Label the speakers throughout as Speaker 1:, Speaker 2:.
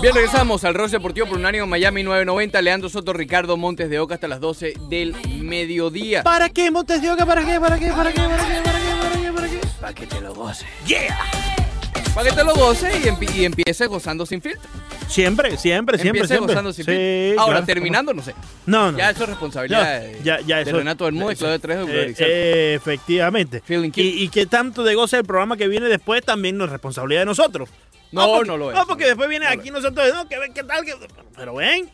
Speaker 1: Bien, regresamos al Ross Deportivo por un año Miami 990. Leandro Soto, Ricardo Montes de Oca hasta las 12 del mediodía.
Speaker 2: ¿Para qué, Montes de Oca? ¿Para qué? ¿Para qué? ¿Para qué? ¿Para qué? ¿Para qué? ¿Para qué? ¿Para qué?
Speaker 1: Para que te lo goces. ¡Yeah! Para que te lo goces y, empi- y empieces gozando sin filtro.
Speaker 2: Siempre, siempre, siempre.
Speaker 1: empieces
Speaker 2: siempre.
Speaker 1: gozando sin
Speaker 2: Sí,
Speaker 1: filtro. Ahora,
Speaker 2: claro.
Speaker 1: terminando, no sé.
Speaker 2: No, no.
Speaker 1: Ya eso es responsabilidad
Speaker 2: No,
Speaker 1: de-
Speaker 2: ya- ya
Speaker 1: de
Speaker 2: eso-
Speaker 1: Renato Bermúdez,
Speaker 2: eso-
Speaker 1: Claudio Trejo y
Speaker 2: Eh,
Speaker 1: Gloria Excel.
Speaker 2: eh, efectivamente.
Speaker 1: Feeling
Speaker 2: Y,
Speaker 1: cute.
Speaker 2: y que tanto de goce el programa que viene después también no es responsabilidad de nosotros. Ah,
Speaker 1: No,
Speaker 2: porque-
Speaker 1: no lo es,
Speaker 2: No, porque
Speaker 1: no,
Speaker 2: después viene
Speaker 1: no lo
Speaker 2: aquí nosotros, no, que ven qué tal, que- pero ven.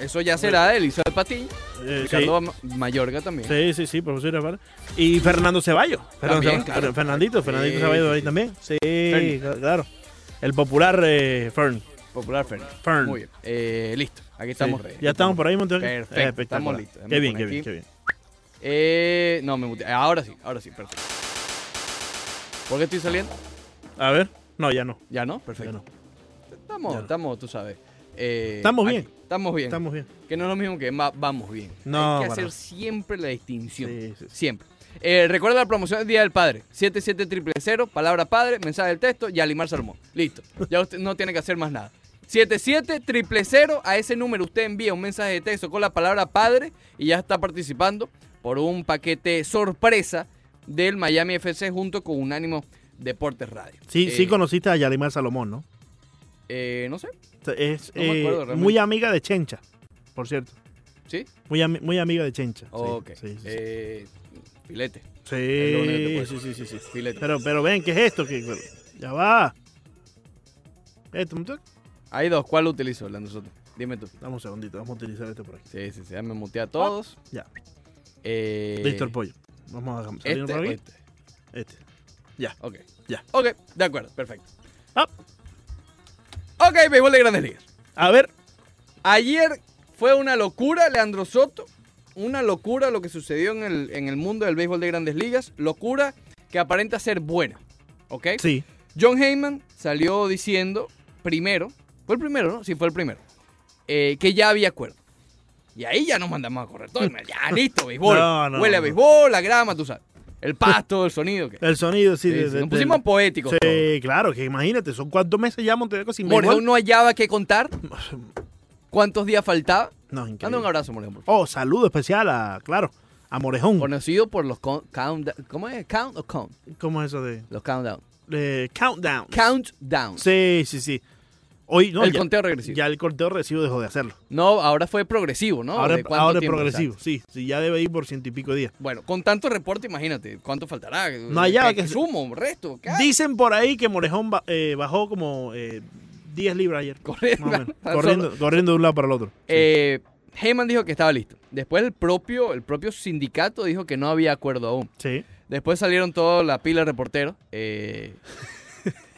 Speaker 1: Eso ya será de Elizabeth Patiño.
Speaker 2: Eh,
Speaker 1: Ricardo Ma- Mayorga también.
Speaker 2: Sí, sí, sí, profesor Rafael. Y Fernando Ceballos. Fernando
Speaker 1: También,
Speaker 2: Ceballos.
Speaker 1: claro.
Speaker 2: Fernandito, Fernandito
Speaker 1: Sí,
Speaker 2: Ceballos
Speaker 1: sí,
Speaker 2: ahí
Speaker 1: sí.
Speaker 2: también. Sí,
Speaker 1: Ferni.
Speaker 2: cl- claro. El popular eh, Fern.
Speaker 1: Popular Fern.
Speaker 2: Fern.
Speaker 1: Muy bien. Eh, listo. Aquí estamos.
Speaker 2: Sí.
Speaker 1: ready.
Speaker 2: Ya estamos por ahí, Montes.
Speaker 1: Perfecto,
Speaker 2: Eh, espectacular.
Speaker 1: estamos listos.
Speaker 2: Qué
Speaker 1: Déjame
Speaker 2: bien, qué
Speaker 1: poner
Speaker 2: bien,
Speaker 1: aquí.
Speaker 2: qué bien.
Speaker 1: Eh, no, me muteé. Ahora sí, ahora sí, perfecto. ¿Por qué estoy saliendo?
Speaker 2: A ver. No, ya no.
Speaker 1: ¿Ya no?
Speaker 2: Ya
Speaker 1: Perfecto.
Speaker 2: no.
Speaker 1: Estamos,
Speaker 2: Ya no.
Speaker 1: estamos, tú sabes. eh,
Speaker 2: Estamos
Speaker 1: aquí.
Speaker 2: bien.
Speaker 1: Estamos bien.
Speaker 2: Estamos bien.
Speaker 1: Que no es lo mismo que va- vamos bien.
Speaker 2: No,
Speaker 1: Hay que
Speaker 2: para
Speaker 1: hacer
Speaker 2: nada.
Speaker 1: siempre la distinción.
Speaker 2: Sí, sí, sí.
Speaker 1: Siempre. Eh, recuerda la promoción del Día del Padre. 77000, palabra padre, mensaje del texto y Alimar Salomón. Listo. Ya usted no tiene que hacer más nada. 77000, a ese número usted envía un mensaje de texto con la palabra padre y ya está participando por un paquete sorpresa del Miami FC junto con Unánimo Deportes Radio.
Speaker 2: Sí,
Speaker 1: Eh,
Speaker 2: sí conociste a Yalimar Salomón, ¿no?
Speaker 1: eh, no sé,
Speaker 2: Es
Speaker 1: No me
Speaker 2: eh,
Speaker 1: acuerdo realmente.
Speaker 2: muy amiga de Chencha, por cierto.
Speaker 1: ¿sí?
Speaker 2: Muy, ami- muy amiga de Chencha. sí,
Speaker 1: ok.
Speaker 2: Sí, sí, sí.
Speaker 1: Eh, filete.
Speaker 2: Sí,
Speaker 1: es lo único que te puedo
Speaker 2: sí, sí,
Speaker 1: decir.
Speaker 2: sí, sí.
Speaker 1: Filete.
Speaker 2: Pero, pero ven, ¿qué es esto? ¿Qué- ya va. Esto,
Speaker 1: Hay dos, ¿cuál utilizo, Orlando Soto? Dime tú.
Speaker 2: dame un segundito, vamos a utilizar este por aquí.
Speaker 1: Sí, sí, sí, me muteé a todos.
Speaker 2: Ya.
Speaker 1: Eh,
Speaker 2: Listo el pollo. Vamos a salir
Speaker 1: Este,
Speaker 2: por
Speaker 1: o
Speaker 2: aquí.
Speaker 1: este.
Speaker 2: Este.
Speaker 1: Ok.
Speaker 2: Ya.
Speaker 1: Ok, de acuerdo, perfecto.
Speaker 2: Ah.
Speaker 1: Ok, béisbol de Grandes Ligas.
Speaker 2: A ver,
Speaker 1: Ayer fue una locura, Leandro Soto. Una locura lo que sucedió en el, en el mundo del béisbol de Grandes Ligas. Locura que aparenta ser buena. ¿Ok?
Speaker 2: sí.
Speaker 1: John Heyman salió diciendo primero, fue el primero, ¿no? Sí, fue el primero, eh, que ya había acuerdo. Y ahí ya nos mandamos a correr todo. hermano. Ya, listo, béisbol.
Speaker 2: No, no,
Speaker 1: Huele a
Speaker 2: no.
Speaker 1: béisbol, la grama, tú sabes. El pasto, el sonido. ¿qué?
Speaker 2: El sonido, sí.
Speaker 1: Sí,
Speaker 2: de-
Speaker 1: sí,
Speaker 2: de-
Speaker 1: nos pusimos
Speaker 2: del-
Speaker 1: poéticos. todos.
Speaker 2: Sí, claro, que imagínate, son cuántos meses ya Montevideo sin
Speaker 1: Morejón
Speaker 2: béisbol?
Speaker 1: no hallaba qué contar. ¿Cuántos días faltaba?
Speaker 2: No,
Speaker 1: Dando un
Speaker 2: increíble.
Speaker 1: abrazo, Morejón. por favor.
Speaker 2: Oh, saludo especial a, claro, a Morejón.
Speaker 1: Conocido por los con- count, ¿cómo es? Count o count?
Speaker 2: ¿Cómo es eso de,
Speaker 1: Los countdown.
Speaker 2: de countdown?
Speaker 1: Countdown.
Speaker 2: Sí, sí, sí. Hoy no,
Speaker 1: el
Speaker 2: ya,
Speaker 1: conteo regresivo.
Speaker 2: ya el conteo recibo dejó de hacerlo.
Speaker 1: No, ahora fue progresivo, ¿no?
Speaker 2: ahora
Speaker 1: ¿De cuánto
Speaker 2: ahora es
Speaker 1: tiempo?
Speaker 2: progresivo, sí, sí, ya debe ir por ciento y pico días.
Speaker 1: Bueno, con tanto reporte, imagínate, ¿cuánto faltará?
Speaker 2: No hallaba
Speaker 1: ¿Qué-
Speaker 2: que-
Speaker 1: sumo, resto, ¿qué?
Speaker 2: Dicen por ahí que Morejón ba- eh, bajó como eh, 10 libras ayer.
Speaker 1: Corriendo.
Speaker 2: más o menos.
Speaker 1: Tan
Speaker 2: corriendo,
Speaker 1: solo.
Speaker 2: corriendo de un lado para el otro. Sí.
Speaker 1: Eh, Heyman dijo que estaba listo. Después el propio, el propio sindicato dijo que no había acuerdo aún.
Speaker 2: Sí.
Speaker 1: Después salieron toda la pila de reporteros. eh,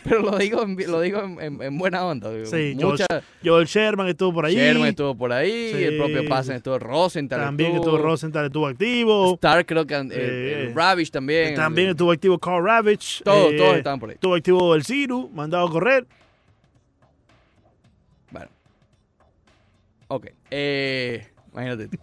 Speaker 1: pero lo digo en, lo digo en, en- en buena onda.
Speaker 2: Sí,
Speaker 1: Mucha,
Speaker 2: Joel Sherman estuvo por ahí.
Speaker 1: Sherman estuvo por ahí,
Speaker 2: Sí.
Speaker 1: el propio Pasen estuvo, Rosenthal
Speaker 2: También estuvo Rosenthal, estuvo activo.
Speaker 1: Star creo que eh,
Speaker 2: Eh,
Speaker 1: el Ravish también.
Speaker 2: También estuvo activo Carl Ravage.
Speaker 1: Todos,
Speaker 2: eh,
Speaker 1: todos estaban por ahí.
Speaker 2: Estuvo activo el Ciru, mandado a correr.
Speaker 1: Bueno. Ok. Eh, imagínate. tú.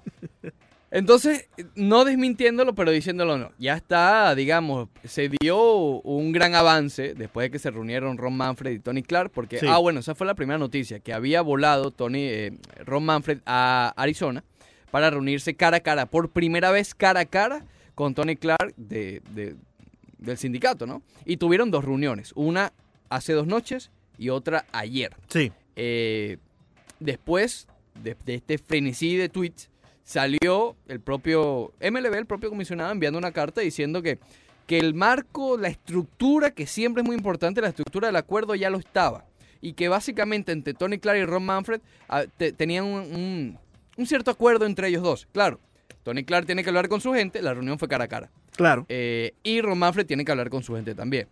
Speaker 1: Entonces, no desmintiéndolo, pero diciéndolo no. Ya está, digamos, se dio un gran avance después de que se reunieron Ron Manfred y Tony Clark, porque,
Speaker 2: Sí.
Speaker 1: ah, bueno, esa fue la primera noticia, que había volado Tony, eh, Ron Manfred a Arizona para reunirse cara a cara, por primera vez cara a cara con Tony Clark de- de, del sindicato, ¿no? Y tuvieron dos reuniones, una hace dos noches y otra ayer.
Speaker 2: Sí.
Speaker 1: Eh, después de, de este frenesí de tweets, salió el propio MLB, el propio comisionado, enviando una carta diciendo que, que el marco, la estructura, que siempre es muy importante, la estructura del acuerdo ya lo estaba. Y que básicamente entre Tony Clark y Ron Manfred ah, te- tenían un, un- un cierto acuerdo entre ellos dos. Claro, Tony Clark tiene que hablar con su gente, la reunión fue cara a cara.
Speaker 2: Claro.
Speaker 1: Eh, y Ron Manfred tiene que hablar con su gente también.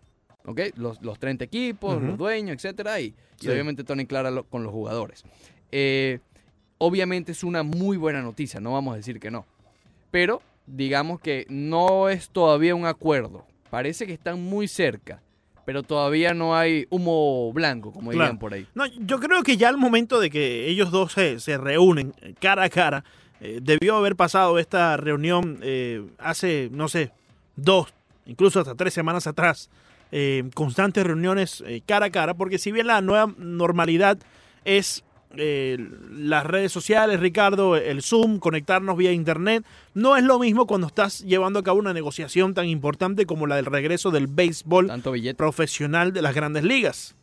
Speaker 1: ¿Ok? Los, los 30 equipos,
Speaker 2: Ujú.
Speaker 1: los dueños, etcétera. Y, y
Speaker 2: Sí.
Speaker 1: obviamente Tony Clara lo- con los jugadores. Eh, obviamente es una muy buena noticia, no vamos a decir que no. Pero digamos que no es todavía un acuerdo. Parece que están muy cerca, pero todavía no hay humo blanco, como
Speaker 2: Claro.
Speaker 1: dirían por ahí.
Speaker 2: No, yo creo que ya al momento de que ellos dos se, se reúnen eh, cara a cara, eh, debió haber pasado esta reunión eh, hace, no sé, dos, incluso hasta tres semanas atrás, eh, constantes reuniones eh, cara a cara, porque si bien la nueva normalidad es eh, las redes sociales, Ricardo, el Zoom, conectarnos vía Internet. No es lo mismo cuando estás llevando a cabo una negociación tan importante como la del regreso del béisbol
Speaker 1: Tanto billete.
Speaker 2: profesional de las grandes ligas.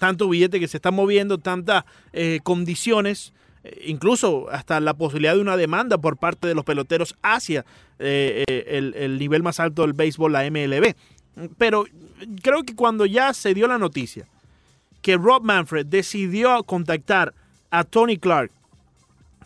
Speaker 2: Tanto billete que se está moviendo, tantas eh, condiciones, eh, incluso hasta la posibilidad de una demanda por parte de los peloteros hacia eh, eh, el, el nivel más alto del béisbol, la MLB. Pero creo que cuando ya se dio la noticia que Rob Manfred decidió contactar a Tony Clark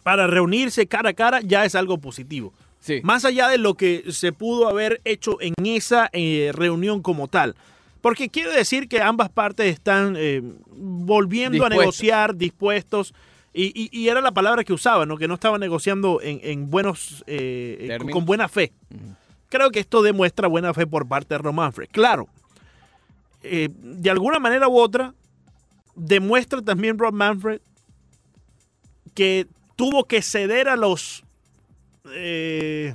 Speaker 2: para reunirse cara a cara, ya es algo positivo.
Speaker 1: Sí.
Speaker 2: Más allá de lo que se pudo haber hecho en esa eh, reunión como tal. Porque quiere decir que ambas partes están eh, volviendo a
Speaker 1: Dispuestas.
Speaker 2: negociar, dispuestos. Y, y- y era la palabra que usaba, ¿no? Que no estaban negociando en, en buenos. eh, eh,
Speaker 1: Términos.
Speaker 2: con buena fe. Creo que esto demuestra buena fe por parte de Romanfre. Claro, eh, de alguna manera u otra, demuestra también Rob Manfred que tuvo que ceder a los. eh,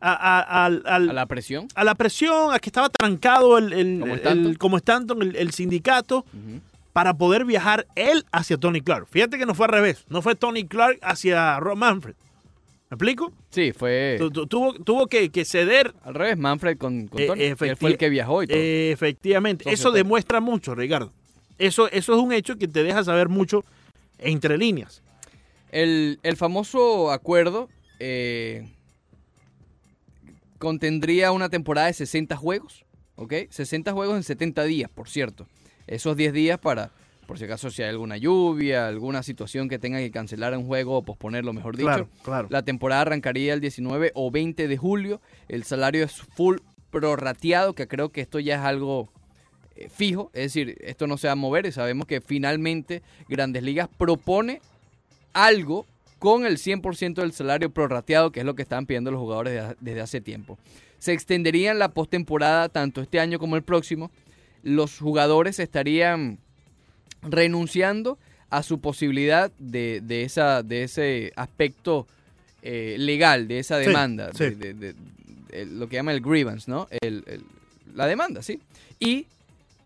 Speaker 2: a, a- al- al-
Speaker 1: A la presión.
Speaker 2: a la presión, a que estaba trancado el, el-
Speaker 1: Como es
Speaker 2: el-
Speaker 1: tanto.
Speaker 2: como es tanto, el- el sindicato
Speaker 1: Ujú.
Speaker 2: para poder viajar él hacia Tony Clark. Fíjate que no fue al revés, no fue Tony Clark hacia Rob Manfred. ¿Me explico?
Speaker 1: Sí, fue
Speaker 2: Tu- tu- tuvo tuvo que, que ceder
Speaker 1: al revés, Manfred con, con
Speaker 2: Eh,
Speaker 1: Tony. que él
Speaker 2: efecti- eh,
Speaker 1: fue el que viajó y todo.
Speaker 2: Efectivamente,
Speaker 1: Socio
Speaker 2: eso
Speaker 1: Tony.
Speaker 2: demuestra mucho, Ricardo. Eso, eso es un hecho que te deja saber mucho entre líneas.
Speaker 1: El, el famoso acuerdo eh, contendría una temporada de 60 juegos, ¿ok? 60 juegos en 70 días, por cierto. Esos 10 días para, por si acaso, si hay alguna lluvia, alguna situación que tengan que cancelar un juego o posponerlo, mejor dicho.
Speaker 2: Claro, claro.
Speaker 1: La temporada arrancaría el 19 o 20 de julio. El salario es full prorrateado, que creo que esto ya es algo eh, fijo. Es decir, esto no se va a mover. y Sabemos que finalmente Grandes Ligas propone algo con el 100% del salario prorrateado, que es lo que estaban pidiendo los jugadores de- desde hace tiempo. Se extendería en la postemporada, tanto este año como el próximo. Los jugadores estarían renunciando a su posibilidad de, de esa, de ese aspecto eh, legal, de esa
Speaker 2: Sí,
Speaker 1: demanda,
Speaker 2: sí.
Speaker 1: de- de- de- de lo que llama el grievance, ¿no? El- el- la demanda, sí. Y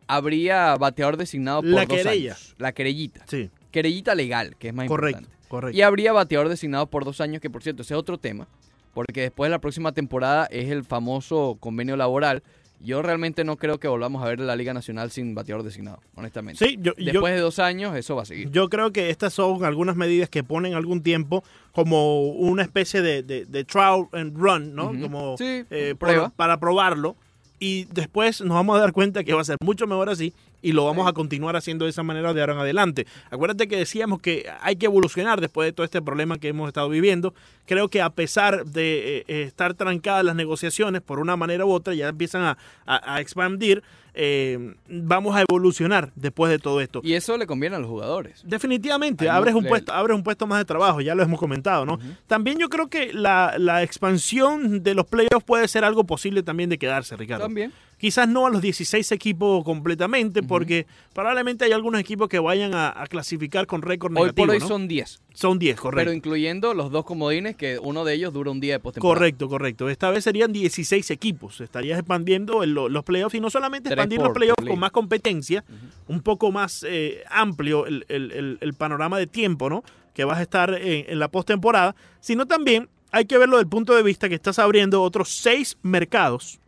Speaker 1: habría bateador designado por
Speaker 2: La
Speaker 1: dos
Speaker 2: querella.
Speaker 1: años. La querellita.
Speaker 2: Sí,
Speaker 1: Querellita legal, que es más
Speaker 2: correcto,
Speaker 1: importante.
Speaker 2: correcto.
Speaker 1: Y habría bateador designado por dos años, que por cierto, ese es otro tema, porque después de la próxima temporada es el famoso convenio laboral. Yo realmente no creo que volvamos a ver la Liga Nacional sin bateador designado, honestamente.
Speaker 2: Sí, yo, yo-
Speaker 1: Después de dos años, eso va a seguir.
Speaker 2: yo creo que estas son algunas medidas que ponen algún tiempo como una especie de, de, de trial and run, ¿no?
Speaker 1: Ujú.
Speaker 2: Como
Speaker 1: Sí,
Speaker 2: eh, por-
Speaker 1: prueba.
Speaker 2: para probarlo. Y después nos vamos a dar cuenta que va a ser mucho mejor así y lo vamos a continuar haciendo de esa manera de ahora en adelante. Acuérdate que decíamos que hay que evolucionar después de todo este problema que hemos estado viviendo. Creo que a pesar de eh, eh, estar trancadas las negociaciones por una manera u otra, ya empiezan a, a- a expandir, eh, vamos a evolucionar después de todo esto.
Speaker 1: Y eso le conviene a los jugadores.
Speaker 2: Definitivamente,
Speaker 1: Hay
Speaker 2: abres
Speaker 1: mu-
Speaker 2: un,
Speaker 1: le-
Speaker 2: puesto, abres un puesto más de trabajo, ya lo hemos comentado, ¿no? También yo creo que la, la expansión de los playoffs puede ser algo posible también de quedarse, Ricardo.
Speaker 1: También.
Speaker 2: Quizás no a los 16 equipos completamente,
Speaker 1: Ujú.
Speaker 2: porque probablemente hay algunos equipos que vayan a, a clasificar con récord
Speaker 1: Hoy
Speaker 2: negativo,
Speaker 1: por hoy
Speaker 2: ¿no?
Speaker 1: son 10,
Speaker 2: Son 10,
Speaker 1: pero
Speaker 2: correcto.
Speaker 1: incluyendo los dos comodines, que uno de ellos dura un día de postemporada.
Speaker 2: Correcto, correcto. Esta vez serían 16 equipos. Estarías expandiendo el- lo- los playoffs y no solamente
Speaker 1: Tres
Speaker 2: expandir
Speaker 1: por-
Speaker 2: los
Speaker 1: por
Speaker 2: playoffs
Speaker 1: liga.
Speaker 2: con más competencia,
Speaker 1: Ujú.
Speaker 2: un poco más eh, amplio el, el- el- el panorama de tiempo, ¿no? Que vas a estar en, en la postemporada, sino también hay que verlo desde el punto de vista que estás abriendo otros seis mercados,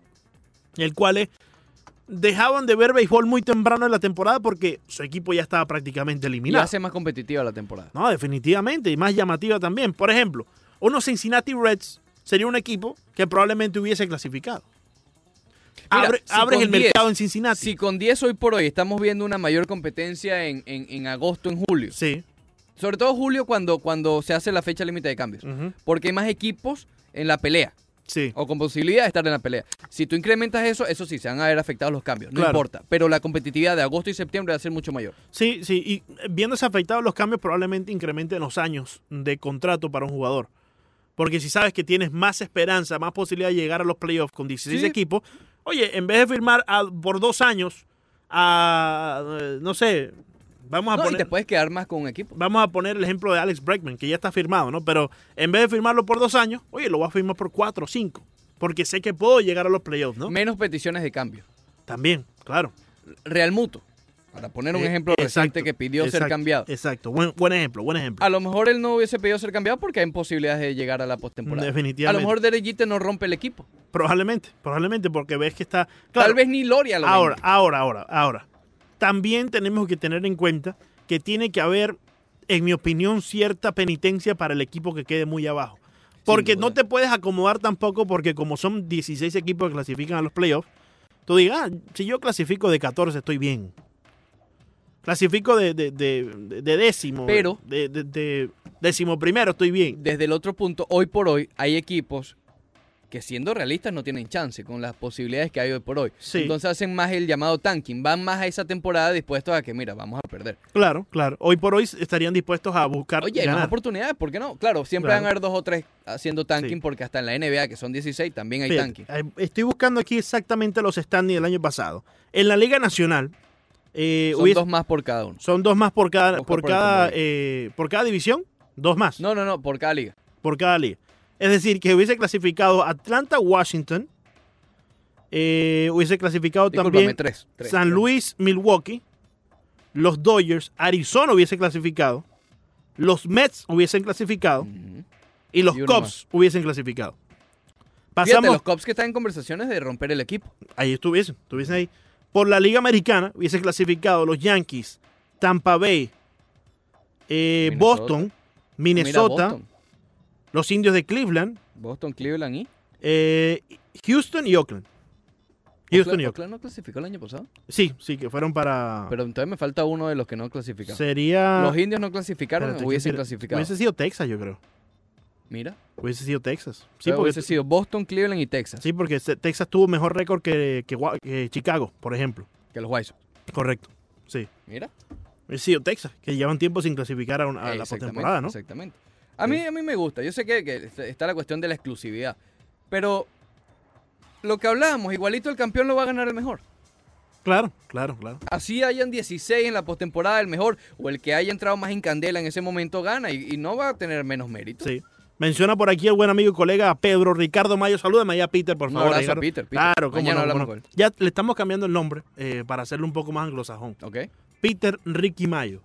Speaker 2: el cuales dejaban de ver béisbol muy temprano en la temporada porque su equipo ya estaba prácticamente
Speaker 1: Y
Speaker 2: eliminado.
Speaker 1: hace más competitiva la temporada.
Speaker 2: No, definitivamente, y más llamativa también. Por ejemplo, unos Cincinnati Reds sería un equipo que probablemente hubiese clasificado.
Speaker 1: Mira,
Speaker 2: Abre-
Speaker 1: si
Speaker 2: abres
Speaker 1: con
Speaker 2: el
Speaker 1: 10,
Speaker 2: mercado en Cincinnati.
Speaker 1: Si con 10 hoy por hoy estamos viendo una mayor competencia en, en- en agosto, en julio.
Speaker 2: Sí.
Speaker 1: Sobre todo julio cuando, cuando se hace la fecha límite de cambios.
Speaker 2: ujú,
Speaker 1: Porque hay más equipos en la pelea
Speaker 2: Sí.
Speaker 1: o con posibilidad de estar en la pelea. Si tú incrementas eso, eso sí, se van a ver afectados los cambios, no
Speaker 2: Claro.
Speaker 1: importa. Pero la competitividad de agosto y septiembre va a ser mucho mayor.
Speaker 2: Sí, sí, y viéndose afectados los cambios, probablemente incrementen los años de contrato para un jugador. Porque si sabes que tienes más esperanza, más posibilidad de llegar a los playoffs con 16
Speaker 1: Sí.
Speaker 2: equipos, oye, en vez de firmar a- por dos años a, eh, no sé, vamos a
Speaker 1: No, y
Speaker 2: poner...
Speaker 1: te puedes quedar más con un equipo.
Speaker 2: Vamos a poner el ejemplo de Alex Bregman, que ya está firmado, ¿no? Pero en vez de firmarlo por dos años, oye, lo voy a firmar por cuatro o cinco. Porque sé que puedo llegar a los playoffs, ¿no?
Speaker 1: Menos peticiones de cambio.
Speaker 2: También, claro.
Speaker 1: Real Muto. Para poner un
Speaker 2: Eh,
Speaker 1: ejemplo reciente
Speaker 2: exacto,
Speaker 1: que pidió
Speaker 2: exacto,
Speaker 1: ser cambiado.
Speaker 2: Exacto, buen, buen ejemplo, buen ejemplo.
Speaker 1: A lo mejor él no hubiese pedido ser cambiado porque hay imposibilidades de llegar a la postemporada.
Speaker 2: Definitivamente.
Speaker 1: A lo mejor Derejite no rompe el equipo.
Speaker 2: Probablemente, probablemente, porque ves que está.
Speaker 1: Tal
Speaker 2: claro,
Speaker 1: vez ni Loria lo
Speaker 2: Ahora,
Speaker 1: vende.
Speaker 2: ahora, ahora, ahora. También tenemos que tener en cuenta que tiene que haber, en mi opinión, cierta penitencia para el equipo que quede muy abajo. Porque
Speaker 1: duda.
Speaker 2: no te puedes acomodar tampoco, porque como son 16 equipos que clasifican a los playoffs, tú digas, "Ah, si yo clasifico de 14 estoy bien. Clasifico de, de- de- de décimo.
Speaker 1: Pero-
Speaker 2: De, de- de décimo primero estoy bien.
Speaker 1: Desde el otro punto, hoy por hoy hay equipos que siendo realistas no tienen chance con las posibilidades que hay hoy por hoy.
Speaker 2: Sí.
Speaker 1: Entonces hacen más el llamado tanking, van más a esa temporada dispuestos a que, mira, vamos a perder.
Speaker 2: Claro, claro. Hoy por hoy estarían dispuestos a buscar
Speaker 1: Oye, hay más
Speaker 2: ganar.
Speaker 1: oportunidades, ¿por qué no? Claro, siempre
Speaker 2: Claro.
Speaker 1: van a haber dos o tres haciendo tanking
Speaker 2: Sí.
Speaker 1: porque hasta en la NBA, que son 16, también hay
Speaker 2: Fíjate,
Speaker 1: tanking.
Speaker 2: eh, Estoy buscando aquí exactamente los standings del año pasado. En la Liga Nacional eh,
Speaker 1: Son
Speaker 2: hubiese-
Speaker 1: dos más por cada uno.
Speaker 2: son dos más por cada,
Speaker 1: Busca
Speaker 2: por
Speaker 1: por el
Speaker 2: cada,
Speaker 1: comodín.
Speaker 2: eh, por cada división, dos más
Speaker 1: No, no, no, por cada liga.
Speaker 2: por cada liga. Es decir, que hubiese clasificado Atlanta, Washington, eh, hubiese clasificado
Speaker 1: Discúlpame,
Speaker 2: también
Speaker 1: tres. tres.
Speaker 2: San Luis, Milwaukee, los Dodgers, Arizona hubiese clasificado, los Mets hubiesen clasificado
Speaker 1: Ujú.
Speaker 2: y los
Speaker 1: Mm, Y uno
Speaker 2: Cubs hubiesen clasificado.
Speaker 1: Fíjate,
Speaker 2: Pasamos
Speaker 1: los cops que están en conversaciones de romper el equipo.
Speaker 2: ahí estuviesen, estuviesen ahí. Por la Liga Americana hubiesen clasificado los Yankees, Tampa Bay, eh,
Speaker 1: Minnesota.
Speaker 2: Boston,
Speaker 1: Mira,
Speaker 2: Minnesota,
Speaker 1: Boston,
Speaker 2: los indios de Cleveland,
Speaker 1: Boston, Cleveland y.
Speaker 2: eh, Houston y Oakland. Houston
Speaker 1: Oakland-
Speaker 2: y Oakland.
Speaker 1: Oakland no clasificó el año pasado.
Speaker 2: Sí, sí, que fueron para...
Speaker 1: Pero entonces me falta uno de los que no clasificaron.
Speaker 2: sería...
Speaker 1: Los indios no clasificaron,
Speaker 2: espérate,
Speaker 1: hubiesen
Speaker 2: hubiera-
Speaker 1: clasificado.
Speaker 2: Hubiese sido Texas, yo creo.
Speaker 1: Mira,
Speaker 2: Hubiese sido Texas. Sí,
Speaker 1: sí,
Speaker 2: porque,
Speaker 1: hubiese sido Boston, Cleveland y Texas.
Speaker 2: sí, porque se- Texas tuvo mejor récord que, que Gua- que Chicago, por ejemplo.
Speaker 1: Que los White Sox.
Speaker 2: Correcto. Sí.
Speaker 1: Mira.
Speaker 2: Hubiese sido Texas, que llevan tiempo sin clasificar a, una- a Ah, la
Speaker 1: Exactamente,
Speaker 2: postemporada, ¿no?
Speaker 1: Exactamente. A mí, a mí me gusta. Yo sé que, que est- está la cuestión de la exclusividad. Pero lo que hablábamos, igualito el campeón lo va a ganar el mejor.
Speaker 2: Claro, claro, claro.
Speaker 1: Así hayan 16 en la postemporada, el mejor o el que haya entrado más en candela en ese momento gana y, y no va a tener menos mérito.
Speaker 2: Sí. Menciona por aquí el buen amigo y colega Pedro Ricardo Mayo. Salúdame allá, Peter, por
Speaker 1: Un
Speaker 2: favor.
Speaker 1: abrazo a
Speaker 2: Ricardo.
Speaker 1: Peter, Peter.
Speaker 2: Claro, cómo
Speaker 1: Mañana
Speaker 2: no,
Speaker 1: hablamos
Speaker 2: cómo no.
Speaker 1: con
Speaker 2: Ya le estamos cambiando el nombre eh, para hacerlo un poco más anglosajón.
Speaker 1: ¿Ok?
Speaker 2: Peter Ricky Mayo.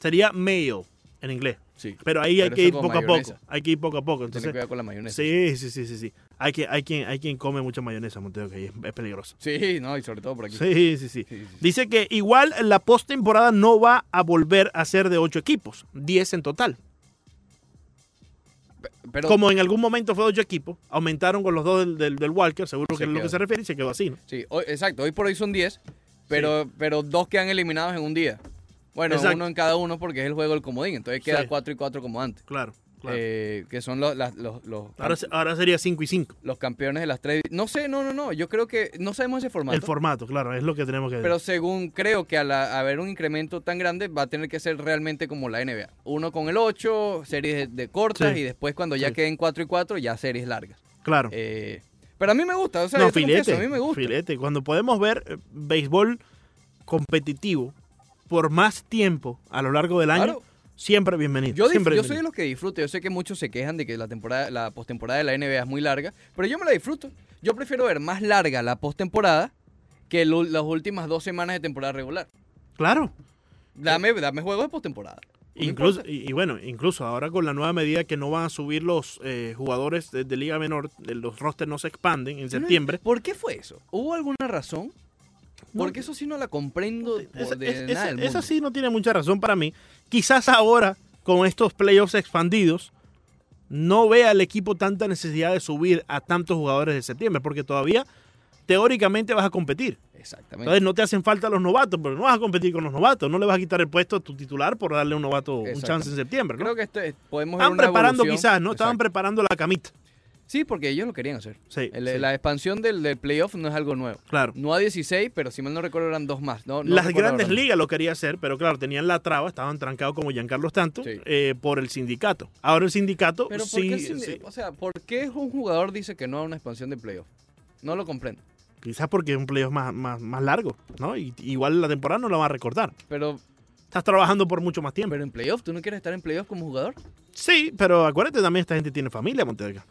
Speaker 2: Sería Mayo en inglés.
Speaker 1: Sí.
Speaker 2: Pero ahí
Speaker 1: Pero
Speaker 2: hay
Speaker 1: eso
Speaker 2: que ir
Speaker 1: con
Speaker 2: poco
Speaker 1: mayonesa.
Speaker 2: a poco. Hay que ir poco a poco.
Speaker 1: Tener
Speaker 2: Entonces,
Speaker 1: cuidado con la mayonesa.
Speaker 2: sí, sí, sí, sí, sí. Hay, que, hay, quien, hay quien come mucha mayonesa, Monteo, que es, es peligroso.
Speaker 1: Sí, no, y sobre todo por aquí.
Speaker 2: Sí, sí,
Speaker 1: Sí,
Speaker 2: sí.
Speaker 1: sí, sí.
Speaker 2: Dice que igual la postemporada no va a volver a ser de ocho equipos, 10 en total.
Speaker 1: Pero
Speaker 2: Como en algún momento fue de ocho equipos, aumentaron con los dos del, del- del Walker, seguro
Speaker 1: Se
Speaker 2: que es lo
Speaker 1: quedó.
Speaker 2: que se refiere, y se quedó así, ¿no?
Speaker 1: Sí, hoy- exacto, hoy por hoy son 10, pero, pero dos quedan eliminados en un día. Bueno,
Speaker 2: Exacto.
Speaker 1: uno en cada uno porque es el juego del comodín, entonces queda
Speaker 2: Sí.
Speaker 1: 4 y 4 como antes.
Speaker 2: Claro, claro.
Speaker 1: Eh, que son los, las- los, los,
Speaker 2: ahora, se- ahora sería 5 y 5.
Speaker 1: los campeones de las tres. No sé, no, no, no, yo creo que no sabemos ese
Speaker 2: El
Speaker 1: formato.
Speaker 2: formato, claro, es lo que tenemos que ver.
Speaker 1: pero según creo que al a- haber un incremento tan grande va a tener que ser realmente como la NBA. Uno con el 8, series de, de cortas
Speaker 2: Sí.
Speaker 1: y después cuando ya
Speaker 2: Sí.
Speaker 1: queden 4 y 4 ya series largas.
Speaker 2: Claro.
Speaker 1: Eh, pero a mí me gusta, o sea,
Speaker 2: no,
Speaker 1: yo te
Speaker 2: filete.
Speaker 1: confieso, a mí me gusta.
Speaker 2: Filete. Cuando podemos ver eh, béisbol competitivo por más tiempo a lo largo del año,
Speaker 1: Claro.
Speaker 2: siempre bienvenido.
Speaker 1: Yo, dif-
Speaker 2: siempre
Speaker 1: yo soy de
Speaker 2: bienvenido.
Speaker 1: los que disfruto. Yo sé que muchos se quejan de que la temporada, la postemporada de la NBA es muy larga, pero yo me la disfruto. Yo prefiero ver más larga la postemporada que lo- las últimas dos semanas de temporada regular.
Speaker 2: Claro.
Speaker 1: Dame, dame juegos de postemporada. No me
Speaker 2: Incluso,
Speaker 1: importa.
Speaker 2: y, y bueno, incluso ahora con la nueva medida que no van a subir los eh, jugadores de, de Liga Menor, de los rosters no se expanden en
Speaker 1: Yo no
Speaker 2: septiembre.
Speaker 1: entiendo, ¿Por qué fue eso? ¿Hubo alguna razón?
Speaker 2: No,
Speaker 1: Porque eso sí no la comprendo por-
Speaker 2: Esa,
Speaker 1: de
Speaker 2: es-
Speaker 1: nada
Speaker 2: esa-
Speaker 1: del
Speaker 2: esa
Speaker 1: mundo.
Speaker 2: sí no tiene mucha razón para mí. Quizás ahora, con estos playoffs expandidos, no vea el equipo tanta necesidad de subir a tantos jugadores de septiembre, porque todavía teóricamente vas a competir.
Speaker 1: Exactamente.
Speaker 2: Entonces no te hacen falta los novatos, pero no vas a competir con los novatos. No le vas a quitar el puesto a tu titular por darle a un novato un
Speaker 1: Exacto.
Speaker 2: chance en septiembre. ¿no?
Speaker 1: Creo que este, podemos ver
Speaker 2: Estaban
Speaker 1: una
Speaker 2: preparando
Speaker 1: evolución.
Speaker 2: quizás, ¿no? Estaban
Speaker 1: Exacto.
Speaker 2: preparando la camita.
Speaker 1: Sí, porque ellos lo querían hacer.
Speaker 2: Sí,
Speaker 1: El-
Speaker 2: Eh, sí,
Speaker 1: La expansión del, del playoff no es algo nuevo.
Speaker 2: claro.
Speaker 1: No a 16, pero si mal no recuerdo eran dos más. No, no
Speaker 2: Las
Speaker 1: recuerdo
Speaker 2: grandes
Speaker 1: ahora mismo.
Speaker 2: ligas lo quería hacer, pero claro, tenían la traba, estaban trancados como Giancarlo Tanto
Speaker 1: Sí.
Speaker 2: eh, por el sindicato. Ahora el sindicato
Speaker 1: Pero ¿por,
Speaker 2: sí,
Speaker 1: qué, sin-
Speaker 2: sí,
Speaker 1: o sea, ¿por qué un jugador dice que no a una expansión de playoff? No lo comprendo.
Speaker 2: quizás porque es un playoff más, más, más largo, ¿no? Y, igual la temporada no la va a recortar.
Speaker 1: Pero,
Speaker 2: Estás trabajando por mucho más tiempo.
Speaker 1: pero en playoff, ¿tú no quieres estar en playoff como jugador?
Speaker 2: sí, pero acuérdate también, esta gente tiene familia, Montevideo.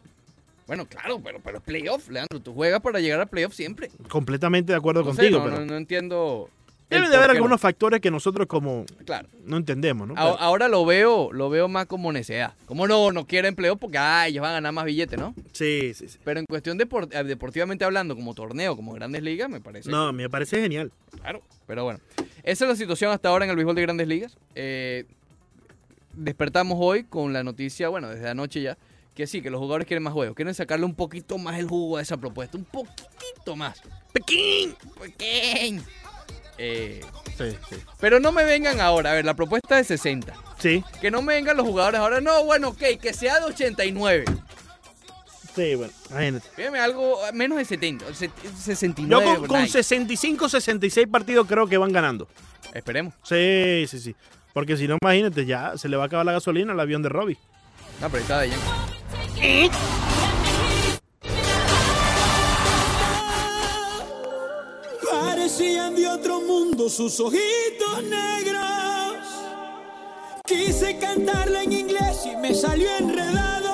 Speaker 1: Bueno, claro, pero, pero playoff, Leandro, tú juegas para llegar a playoff siempre.
Speaker 2: Completamente de acuerdo
Speaker 1: No sé,
Speaker 2: contigo,
Speaker 1: no,
Speaker 2: pero
Speaker 1: no- no entiendo.
Speaker 2: Debe
Speaker 1: el
Speaker 2: de haber
Speaker 1: por qué no.
Speaker 2: algunos factores que nosotros como
Speaker 1: Claro.
Speaker 2: no entendemos, ¿no?
Speaker 1: A- Ahora lo veo, lo veo más como necedad. Como no, no quiere empleo porque ah, ellos van a ganar más billetes, ¿no?
Speaker 2: Sí, sí, sí.
Speaker 1: Pero en cuestión depor- eh, deportivamente hablando, como torneo, como grandes ligas, me parece.
Speaker 2: No, me parece genial.
Speaker 1: Claro. Pero bueno, esa es la situación hasta ahora en el béisbol de grandes ligas. Eh, despertamos hoy con la noticia, bueno, desde anoche ya, que sí, que los jugadores quieren más juegos. Quieren sacarle un poquito más el jugo a esa propuesta. Un poquitito más.
Speaker 2: Pekín.
Speaker 1: Pequeño. Eh,
Speaker 2: Sí, sí.
Speaker 1: pero no me vengan ahora. A ver, la propuesta es 60.
Speaker 2: Sí,
Speaker 1: Que no me vengan los jugadores ahora. No, bueno, ok, que sea de 89.
Speaker 2: sí, bueno. imagínate.
Speaker 1: Fíjame algo eh, menos de 70. se-
Speaker 2: Yo
Speaker 1: 69.
Speaker 2: con, con
Speaker 1: nice.
Speaker 2: 65, 66 partidos creo que van ganando.
Speaker 1: Esperemos.
Speaker 2: Sí, sí, sí. Porque si no, imagínate, ya se le va a acabar la gasolina al avión de Robbie.
Speaker 1: No, pero ahí está de Yankee.
Speaker 3: Parecían de otro mundo sus ojitos negros. Quise cantarla en inglés y me salió enredado.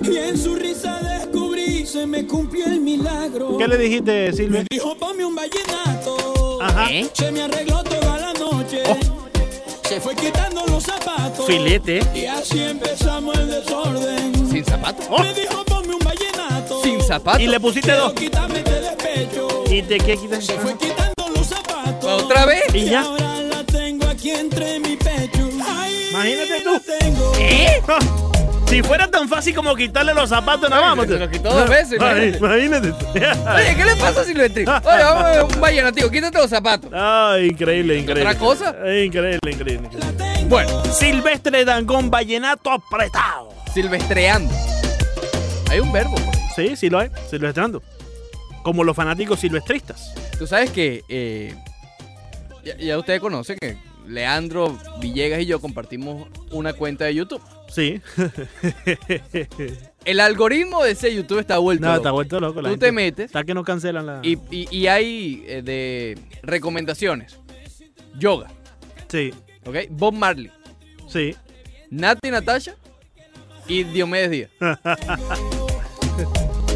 Speaker 3: Y en su risa descubrí, se me cumplió el milagro.
Speaker 2: ¿Qué le dijiste, Silvia?
Speaker 3: Me dijo, ponme un vallenato.
Speaker 2: Ajá. Oh.
Speaker 1: ¿Eh?
Speaker 3: Se me arregló toda la noche. Se fue quitando los zapatos.
Speaker 2: Filete.
Speaker 3: Y así empezamos el desorden.
Speaker 1: Sin zapatos.
Speaker 2: Oh,
Speaker 3: Me dijo, ponme un vallenato.
Speaker 1: Sin zapatos.
Speaker 2: y le pusiste
Speaker 3: Quiero
Speaker 2: dos.
Speaker 3: quitarme este despecho.
Speaker 2: ¿Y te qué quitas?
Speaker 3: Se fue quitando los zapatos.
Speaker 1: ¿Otra vez?
Speaker 2: ¿Y ya?
Speaker 3: ahora la tengo aquí entre mi pecho. Ahí
Speaker 2: Imagínate
Speaker 3: la
Speaker 2: tú.
Speaker 3: tengo.
Speaker 2: Ah, Si fuera tan fácil como quitarle los zapatos, nada más. pues.
Speaker 1: Se lo quitó dos veces, ¿eh?
Speaker 2: Ay,
Speaker 1: imagínate.
Speaker 2: Imagínate.
Speaker 1: Oye, ¿qué le pasa si lo entré? Oye, vamos a ver un vallenatico, quítate los zapatos.
Speaker 2: Ay, increíble, increíble.
Speaker 1: ¿Otra cosa?
Speaker 2: Ay, Increíble, increíble. increíble.
Speaker 3: La tengo.
Speaker 1: Bueno,
Speaker 2: Silvestre Dangón Vallenato apretado.
Speaker 1: silvestreando. Hay un verbo. por ahí.
Speaker 2: Sí, sí lo hay. Silvestrando. Como los fanáticos silvestristas.
Speaker 1: Tú sabes que eh, ya, ya ustedes conocen que Leandro Villegas y yo compartimos una cuenta de YouTube.
Speaker 2: Sí.
Speaker 1: El algoritmo de ese YouTube está vuelto.
Speaker 2: No, está
Speaker 1: loco.
Speaker 2: vuelto loco. la
Speaker 1: Tú
Speaker 2: gente.
Speaker 1: te metes
Speaker 2: Está que no cancelan la.
Speaker 1: y, y- y hay eh, de recomendaciones. Yoga,
Speaker 2: Sí,
Speaker 1: ¿ok? Bob Marley,
Speaker 2: sí.
Speaker 1: Nati Natasha y Diomedes Díaz.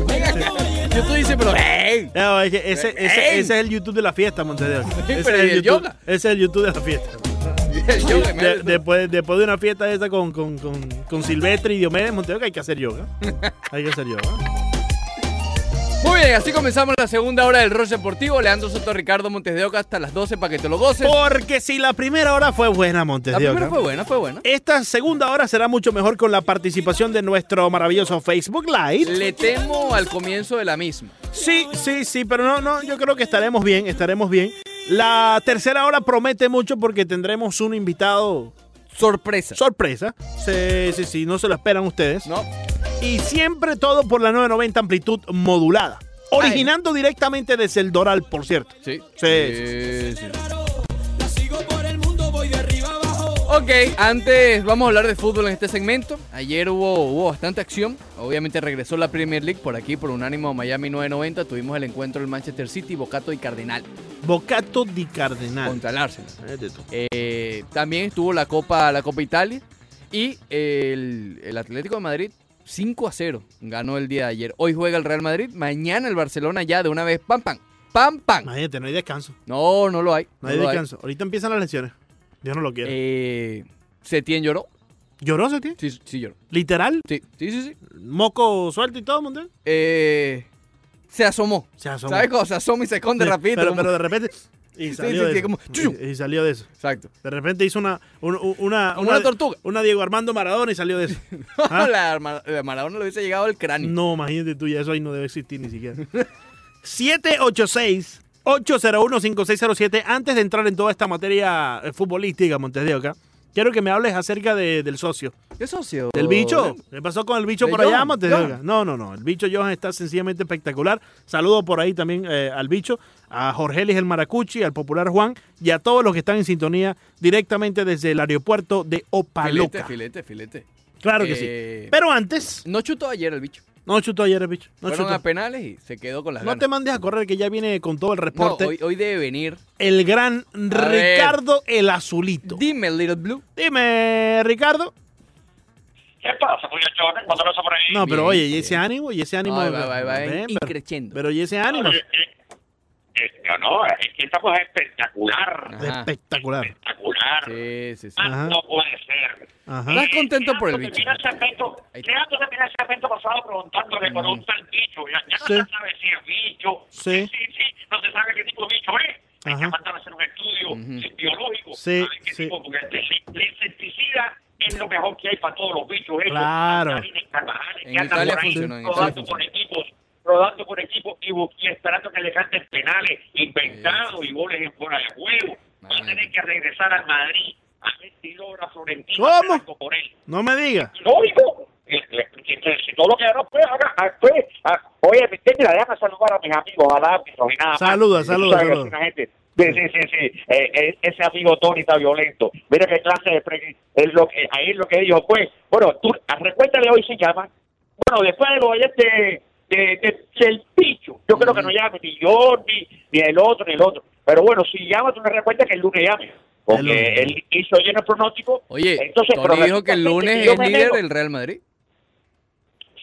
Speaker 1: Venga acá. YouTube dice, pero... ¡Ey!
Speaker 2: No, es que ese, ese-
Speaker 1: ¡Ey!
Speaker 2: ese es el YouTube de la fiesta, Montedeo. Ese, es
Speaker 1: pero ¿y el
Speaker 2: YouTube-
Speaker 1: yoga?
Speaker 2: ese es el YouTube de la fiesta.
Speaker 1: Yo, que me-
Speaker 2: De- después, después de una fiesta esa con, con, con, con Silvestre y Diomedes Montedeo, que hay que hacer yoga. Hay que hacer yoga.
Speaker 1: Muy bien, así comenzamos la segunda hora del Rock Deportivo. Leandro Soto, Ricardo Montes de Oca hasta las 12 para que te lo goces.
Speaker 2: Porque si la primera hora fue buena, Oh, Montes
Speaker 1: La
Speaker 2: de
Speaker 1: primera
Speaker 2: Oca,
Speaker 1: fue buena, fue buena.
Speaker 2: Esta segunda hora será mucho mejor con la participación de nuestro maravilloso Facebook Live.
Speaker 1: Le temo al comienzo de la misma.
Speaker 2: Sí, sí, sí, pero no, no, yo creo que estaremos bien, estaremos bien. La tercera hora promete mucho porque tendremos un invitado
Speaker 1: Sorpresa.
Speaker 2: sorpresa. Sí, sí, sí, no se lo esperan ustedes.
Speaker 1: No,
Speaker 2: Y siempre todo por la 990 amplitud modulada. Originando directamente desde el Doral, por cierto.
Speaker 1: sí. Eh,
Speaker 2: Sí,
Speaker 1: Sí, sí.
Speaker 3: La sigo por el mundo, voy de arriba abajo.
Speaker 1: Ok, antes vamos a hablar de fútbol en este segmento. Ayer hubo, hubo bastante acción. Obviamente regresó la Premier League por aquí, por unánimo Miami 990. Tuvimos el encuentro del Manchester City, Bocato y Cardenal
Speaker 2: Bocato di Cardenal.
Speaker 1: contra el Arsenal.
Speaker 2: Fíjate tú.
Speaker 1: Eh, también estuvo la Copa, la Copa Italia y el, el Atlético de Madrid 5 a 0 ganó el día de ayer. Hoy juega el Real Madrid, mañana el Barcelona ya de una vez. Pam, pam, pam, pam.
Speaker 2: Imagínate, no hay descanso.
Speaker 1: No, no lo hay.
Speaker 2: No
Speaker 1: No
Speaker 2: hay
Speaker 1: lo hay.
Speaker 2: descanso. Ahorita empiezan las lesiones. Dios no lo quiere.
Speaker 1: Eh, Setién lloró.
Speaker 2: ¿Lloró ese tío?
Speaker 1: Sí, sí lloró.
Speaker 2: Literal.
Speaker 1: Sí, sí, sí. sí.
Speaker 2: Moco suelto y todo, Montel.
Speaker 1: Eh, se asomó.
Speaker 2: Se asomó.
Speaker 1: ¿Sabes cómo? Se asoma y se esconde
Speaker 2: Sí,
Speaker 1: rapidito.
Speaker 2: Pero,
Speaker 1: como-
Speaker 2: pero de repente. Y salió
Speaker 1: sí,
Speaker 2: de
Speaker 1: sí,
Speaker 2: eso.
Speaker 1: como, chuchu.
Speaker 2: Y, y salió de eso.
Speaker 1: Exacto.
Speaker 2: De repente hizo una. un- un- una,
Speaker 1: Como una tortuga.
Speaker 2: Una Diego Armando Maradona y salió de eso. ¿Ah?
Speaker 1: la, Mar- la Maradona le hubiese llegado al cráneo.
Speaker 2: No, imagínate tú, ya eso ahí no debe existir ni siquiera. 786 801-5607, antes de entrar en toda esta materia eh, futbolística, Montes de Oca, quiero que me hables acerca de- del socio.
Speaker 1: ¿Qué socio?
Speaker 2: ¿Del bicho? ¿Qué pasó con el bicho
Speaker 1: Oh, ¿De
Speaker 2: por allá,
Speaker 1: Johan?
Speaker 2: Montes de
Speaker 1: Johan.
Speaker 2: Oca? No, no, no. El bicho Johan está sencillamente espectacular. Saludo por ahí también eh, al bicho, a Jorgelis el Maracuchi, al popular Juan y a todos los que están en sintonía directamente desde el aeropuerto de
Speaker 1: Filete,
Speaker 2: Opaloca.
Speaker 1: filete, filete.
Speaker 2: Claro que
Speaker 1: Eh,
Speaker 2: sí. Pero antes,
Speaker 1: No chutó ayer el bicho.
Speaker 2: no chutó ayer el bicho. No
Speaker 1: Fueron
Speaker 2: chutó.
Speaker 1: a penales y se quedó con las
Speaker 2: No te
Speaker 1: ganas.
Speaker 2: mandes a correr que ya viene con todo el
Speaker 1: No,
Speaker 2: reporte
Speaker 1: hoy, hoy debe venir.
Speaker 2: el gran
Speaker 1: ver.
Speaker 2: Ricardo el Azulito.
Speaker 1: Dime, Little Blue.
Speaker 2: Dime, Ricardo.
Speaker 4: ¿Qué pasa, muchachones? ¿Cuándo no se por ahí?
Speaker 2: No, pero
Speaker 1: Bien,
Speaker 2: oye, y ese
Speaker 1: bien.
Speaker 2: ánimo, y ese ánimo.
Speaker 1: Ay, va, va, va,
Speaker 2: Ven,
Speaker 1: in-
Speaker 2: pero,
Speaker 1: increciendo.
Speaker 2: pero y ese ánimo.
Speaker 4: Oye, eh, eh, no, no, es que esta cosa es espectacular.
Speaker 1: Ajá.
Speaker 2: Espectacular.
Speaker 4: Espectacular.
Speaker 1: Sí, sí, sí.
Speaker 4: Más
Speaker 2: Ajá.
Speaker 4: no puede ser.
Speaker 2: Ajá.
Speaker 1: ¿Estás contento por el
Speaker 4: Déjame
Speaker 1: bicho?
Speaker 4: terminar ese aspecto-
Speaker 1: Ahí.
Speaker 4: Déjame terminar ese aspecto pasado preguntándole por un tal bicho. Ya, ya
Speaker 2: Sí.
Speaker 4: no se sabe si es bicho.
Speaker 2: Sí.
Speaker 4: sí, sí, No se sabe qué tipo de bicho es. Hay
Speaker 2: Ajá.
Speaker 4: que mandar a hacer un estudio
Speaker 1: Ujú.
Speaker 4: biológico.
Speaker 2: Sí,
Speaker 4: a ver qué
Speaker 2: sí.
Speaker 4: tipo, porque el- el el insecticida es lo mejor que hay para todos los bichos. esos,
Speaker 2: Claro.
Speaker 4: saltarines, carvajales,
Speaker 1: En
Speaker 4: que andan
Speaker 1: Italia
Speaker 4: por ahí,
Speaker 1: funciona, en Italia
Speaker 4: rodando por
Speaker 1: funciona.
Speaker 4: equipos, rodando por equipos y, bu- y esperando que le canten penales inventados y goles en fuera de juego. Va a
Speaker 1: Imagínate.
Speaker 4: tener que regresar al Madrid a ver si logra Florentino
Speaker 2: ¿Cómo?
Speaker 4: hacer algo por él.
Speaker 2: No me diga.
Speaker 4: Lógico. Si no lo que no pues, haga, ah, pues, ah, oye, me entiendes, déjame saludar a mis amigos, a árbitros y nada. más.
Speaker 2: Saluda,
Speaker 4: Tú
Speaker 2: saluda,
Speaker 4: sabes que
Speaker 2: saluda.
Speaker 4: es una gente- Sí, sí, sí, sí. Eh, eh, ese amigo Tony está violento. Mira qué clase de... pre- Es lo que, ahí es lo que dijo, pues. Bueno, tú, ah, recuérdale hoy se llama. Bueno, después de los oyentes de, de- de- del picho, yo creo que no llame ni Jordi, ni el otro, ni el otro. Pero bueno, si llama, tú me recuerdas que el lunes llame.
Speaker 2: El lunes.
Speaker 4: Porque él hizo ayer el pronóstico.
Speaker 1: Oye,
Speaker 4: Entonces,
Speaker 1: Tony
Speaker 4: pero
Speaker 1: dijo que el
Speaker 4: resulta ser
Speaker 1: lunes
Speaker 4: yo
Speaker 1: es
Speaker 4: me
Speaker 1: líder
Speaker 4: nego.
Speaker 1: del Real Madrid.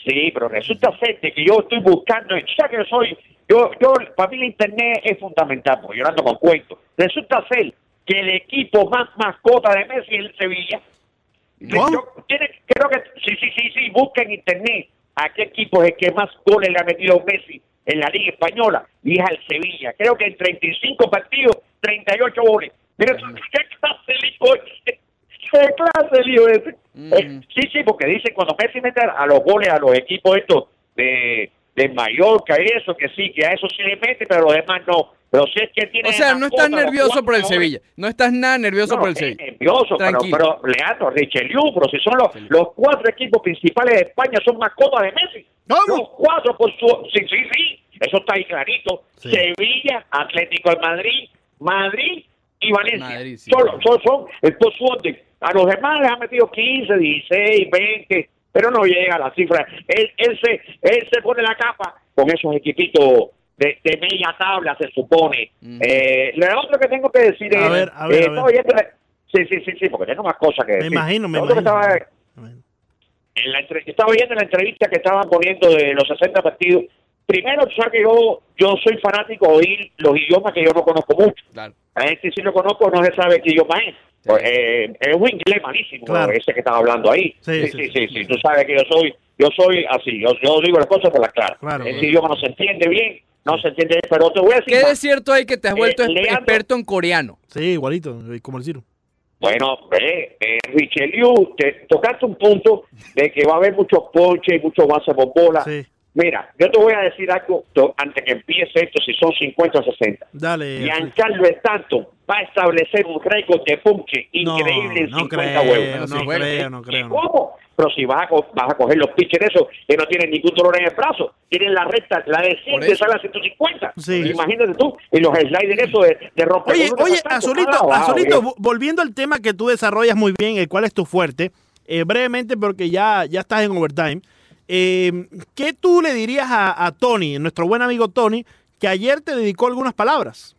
Speaker 4: Sí, pero resulta ser de que yo estoy buscando, ya que yo soy, yo, yo, para mí el internet es fundamental, porque yo no ando con cuentos. Resulta ser que el equipo más mascota de Messi es el Sevilla.
Speaker 2: ¿Cómo?
Speaker 4: Yo- tiene- creo que, sí, sí, sí, sí, busca en internet a qué equipo es el que más goles le ha metido Messi en la Liga Española, y es al Sevilla. Creo que en 35 partidos, 38 goles. Mira, ¿qué clase de lío es? ¿Qué clase de lío es?
Speaker 1: Mm.
Speaker 4: Eh, Sí, sí, porque dicen cuando Messi mete a los goles a los equipos estos de, de Mallorca y eso, que sí, que a eso sí le mete, pero a los demás no. Pero si es que tiene
Speaker 1: O sea, no estás nervioso por el Sevilla. No estás nada nervioso
Speaker 4: No, eh,
Speaker 1: por el
Speaker 4: es
Speaker 1: Sevilla.
Speaker 4: nervioso, pero,
Speaker 1: Tranquilo.
Speaker 4: pero Leandro, Richelieu, pero si son los, los cuatro equipos principales de España, son mascotas de Messi.
Speaker 2: ¿Cómo?
Speaker 4: Los cuatro por su... Sí, sí, sí, eso está ahí clarito.
Speaker 2: Sí.
Speaker 4: Sevilla, Atlético de Madrid, Madrid y Valencia.
Speaker 1: Madrid, sí.
Speaker 4: Son- son, son, estos su orden. A los demás les han metido 15, 16, 20, pero no llega a la cifra. Él, él, se, él se pone la capa con esos equipitos de, de media tabla, se supone.
Speaker 1: Mm.
Speaker 4: Eh, lo otro que tengo que decir
Speaker 2: A
Speaker 4: es...
Speaker 2: ver, a ver,
Speaker 4: eh,
Speaker 2: a ver.
Speaker 4: no, oye, pero- sí, sí, sí, sí, porque tengo más cosas que
Speaker 2: Me
Speaker 4: decir.
Speaker 2: imagino, me
Speaker 4: Lo otro que
Speaker 2: imagino.
Speaker 4: estaba- en la entre- estaba viendo la entrevista que estaban poniendo de los 60 partidos. Primero, tú sabes que yo, yo soy fanático de oír los idiomas que yo no conozco mucho.
Speaker 1: Claro.
Speaker 4: A este sí lo conozco, no se sabe qué idioma es. Pues, eh, es un inglés malísimo
Speaker 2: Claro.
Speaker 4: ese que están hablando ahí.
Speaker 2: Sí,
Speaker 4: Sí
Speaker 2: sí,
Speaker 4: sí sí, sí. Tú sabes que yo soy yo soy así. Yo, yo digo las cosas por las claras.
Speaker 2: Claro.
Speaker 4: Ese idioma no se entiende bien. No se entiende bien, pero te voy a decir
Speaker 1: ¿Qué
Speaker 4: más.
Speaker 1: de cierto hay que te has
Speaker 4: Eh,
Speaker 1: vuelto exper-
Speaker 4: Leandro-
Speaker 1: experto en coreano?
Speaker 2: Sí, igualito, como el Ciro.
Speaker 4: Bueno, ve, eh, Richelieu, te tocaste un punto de que va a haber muchos ponches y muchos bases por bola.
Speaker 2: Sí.
Speaker 4: Mira, yo te voy a decir algo to- antes que empiece esto, si son 50 o 60.
Speaker 2: Dale. Arturo.
Speaker 4: Giancarlo Stanton va a establecer un récord de ponche increíble
Speaker 2: no
Speaker 4: en 50
Speaker 2: creo,
Speaker 4: huevos.
Speaker 1: Bueno, ¿eh?
Speaker 2: No
Speaker 1: sí, bueno.
Speaker 2: creo, no creo. no.
Speaker 4: ¿Cómo? Pero si vas a, co- vas a coger los pitchers esos que no tienen ningún dolor en el brazo, tienen la recta, la de 100
Speaker 1: Por
Speaker 4: te
Speaker 1: eso.
Speaker 4: sale a 150.
Speaker 2: Sí.
Speaker 4: Imagínate tú, y los sliders esos de, de romper.
Speaker 2: Oye,
Speaker 4: columnas
Speaker 2: oye,
Speaker 4: para tanto. Ah,
Speaker 2: Azulito,
Speaker 4: wow,
Speaker 2: Azulito,
Speaker 4: bien.
Speaker 2: vo- volviendo al tema que tú desarrollas muy bien, el cual es tu fuerte, eh, brevemente porque ya, ya estás en overtime, eh, ¿qué tú le dirías a, a Tony, nuestro buen amigo Tony, que ayer te dedicó algunas palabras?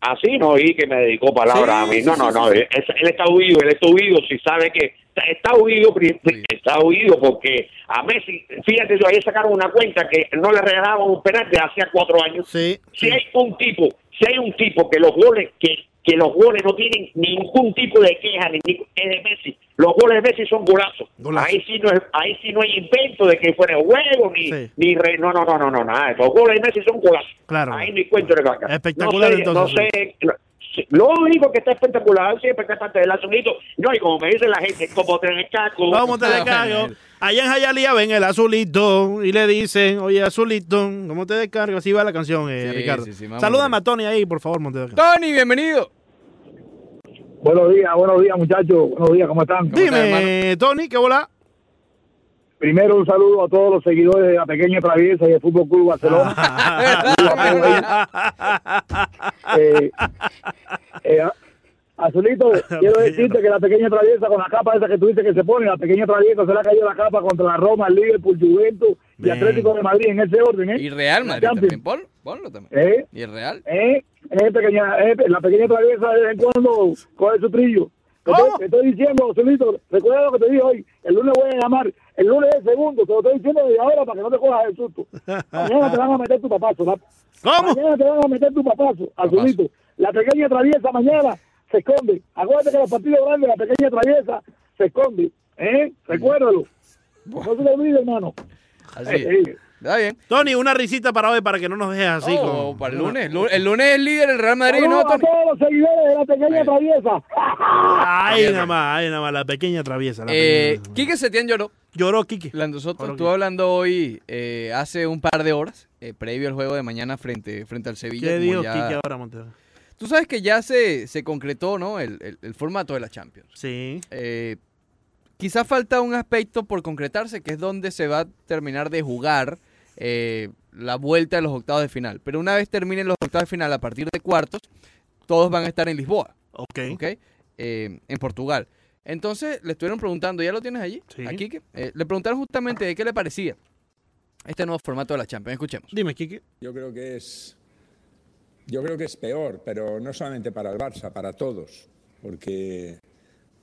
Speaker 4: Así no oí que me dedicó palabras
Speaker 1: Sí,
Speaker 4: a mí.
Speaker 1: sí,
Speaker 4: No,
Speaker 1: sí,
Speaker 4: no,
Speaker 1: sí,
Speaker 4: no.
Speaker 1: sí.
Speaker 4: es- él está huido, él está huido. Si sabe que está, está huido, pri-
Speaker 1: Huido.
Speaker 4: está huido porque a Messi, fíjate, yo ayer sacaron una cuenta que no le regalaban un penalti hacía cuatro años.
Speaker 2: Sí.
Speaker 4: Si hay un tipo, si hay un tipo que los goles, que, que los goles no tienen ningún tipo de queja, ni ni- es de Messi. Los goles de Messi son golazos.
Speaker 2: Golazos.
Speaker 4: Ahí sí no es, ahí sí no hay invento de que fuera juego ni,
Speaker 2: Sí.
Speaker 4: ni re- no, no, no, no, no, nada. Los goles de Messi son golazos.
Speaker 2: Claro.
Speaker 4: Ahí no hay cuento de vaca.
Speaker 2: Espectacular,
Speaker 4: No sé,
Speaker 2: entonces,
Speaker 4: no sé, no- sí, lo único que está espectacular siempre está parte del azulito. No, y como me dice la gente, como te descargo.
Speaker 2: Vamos, te
Speaker 1: Ah,
Speaker 2: descargo.
Speaker 1: bueno.
Speaker 2: Allá en Jayalía ven el Azulito y le dicen, oye, Azulito, ¿cómo te descargo? Así va la canción, eh,
Speaker 1: Sí,
Speaker 2: Ricardo.
Speaker 1: sí, sí, vamos,
Speaker 2: Salúdame
Speaker 1: Ricardo.
Speaker 2: a Tony ahí, por favor, Montedeca.
Speaker 1: Tony, bienvenido.
Speaker 5: Buenos días, buenos días muchachos, buenos días, ¿cómo están?
Speaker 1: ¿Cómo estás,
Speaker 2: Dime, Tony, ¿qué bola?
Speaker 5: Primero un saludo a todos los seguidores de la pequeña traviesa y el Fútbol Club Barcelona.
Speaker 1: Ah.
Speaker 5: Ah, Eh, eh, Azulito, quiero decirte que la pequeña traviesa con la capa esa que tú dices que se pone, la pequeña traviesa se le ha caído la capa contra la Roma, el Liverpool, Juventus y
Speaker 2: Bien.
Speaker 5: Atlético de Madrid en ese orden, ¿eh?
Speaker 1: Y Real Madrid
Speaker 5: Champions.
Speaker 1: también. Ponlo, ponlo también.
Speaker 5: ¿Eh?
Speaker 1: Y el Real.
Speaker 5: ¿Eh? Eh, pequeña, eh, la pequeña traviesa de vez en cuando coge su trillo. Te
Speaker 2: ¿Cómo?
Speaker 5: estoy, te estoy diciendo, Zulito, recuerda lo que te dije hoy. El lunes voy a llamar. El lunes es segundo. Te lo estoy diciendo desde ahora para que no te cojas el susto. Mañana te van a meter tu papazo. ¿no?
Speaker 2: ¿Cómo?
Speaker 5: Mañana te van a meter tu papazo, Azulito. La pequeña traviesa mañana se esconde. Acuérdate que los partidos grandes, la pequeña traviesa se esconde. ¿Eh? Recuérdalo. No se te olvide, hermano.
Speaker 1: Así es.
Speaker 5: Eh, eh.
Speaker 1: Está bien.
Speaker 2: Tony, una risita para hoy para que no nos dejes así.
Speaker 1: Oh,
Speaker 2: con-
Speaker 1: para el lunes. Lu- El lunes es líder el Real Madrid, ¿no,
Speaker 5: Saludos a
Speaker 1: Tony?
Speaker 5: todos los seguidores de la pequeña
Speaker 1: Ahí.
Speaker 5: traviesa.
Speaker 2: Ay, nada más, ay, nada más, la pequeña traviesa. la
Speaker 1: Eh,
Speaker 2: pequeña-
Speaker 1: Quique Setién lloró.
Speaker 2: Lloró Kike.
Speaker 1: Orlando Soto
Speaker 2: Jorge.
Speaker 1: estuvo hablando hoy eh, hace un par de horas, eh, previo al juego de mañana frente, frente al Sevilla.
Speaker 2: ¿Qué
Speaker 1: como
Speaker 2: dijo
Speaker 1: ya-
Speaker 2: Kike ahora, Montero?
Speaker 1: Tú sabes que ya se, se concretó ¿no? el, el- el formato de la Champions.
Speaker 2: Sí.
Speaker 1: Eh, quizás falta un aspecto por concretarse, que es donde se va a terminar de jugar eh, la vuelta de los octavos de final. Pero una vez terminen los octavos de final, a partir de cuartos, todos van a estar en Lisboa.
Speaker 2: Ok.
Speaker 1: ¿ok? Eh, en Portugal. Entonces le estuvieron preguntando, ¿ya lo tienes allí?
Speaker 2: Sí.
Speaker 1: A Quique. Eh, le preguntaron justamente de qué le parecía este nuevo formato de la Champions. Escuchemos.
Speaker 2: Dime, Kike.
Speaker 6: Yo creo que es yo creo que es peor, pero no solamente para el Barça, para todos, porque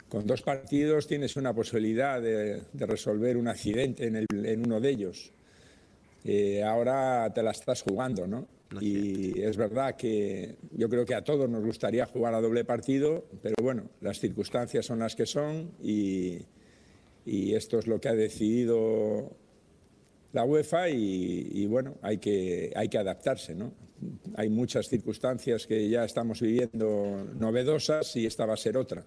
Speaker 6: con dos partidos tienes una posibilidad de, de resolver un accidente en, el- en uno de ellos. Eh, ahora te la estás jugando, ¿no? Y es verdad que yo creo que a todos nos gustaría jugar a doble partido, pero bueno, las circunstancias son las que son y, y esto es lo que ha decidido la UEFA y, y, bueno, hay que, hay que adaptarse, ¿no? Hay muchas circunstancias que ya estamos viviendo novedosas y esta va a ser otra.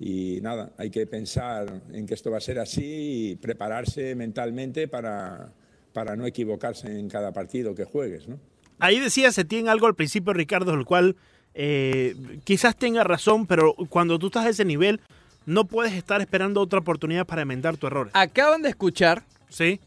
Speaker 6: Y nada, hay que pensar en que esto va a ser así y prepararse mentalmente para, para no equivocarse en cada partido que juegues, ¿no?
Speaker 2: Ahí decía Setién algo al principio, Ricardo, el cual eh, quizás tenga razón, pero cuando tú estás a ese nivel, no puedes estar esperando otra oportunidad para enmendar tu
Speaker 1: Ah.
Speaker 2: error.
Speaker 1: Acaban de escuchar
Speaker 2: Sí.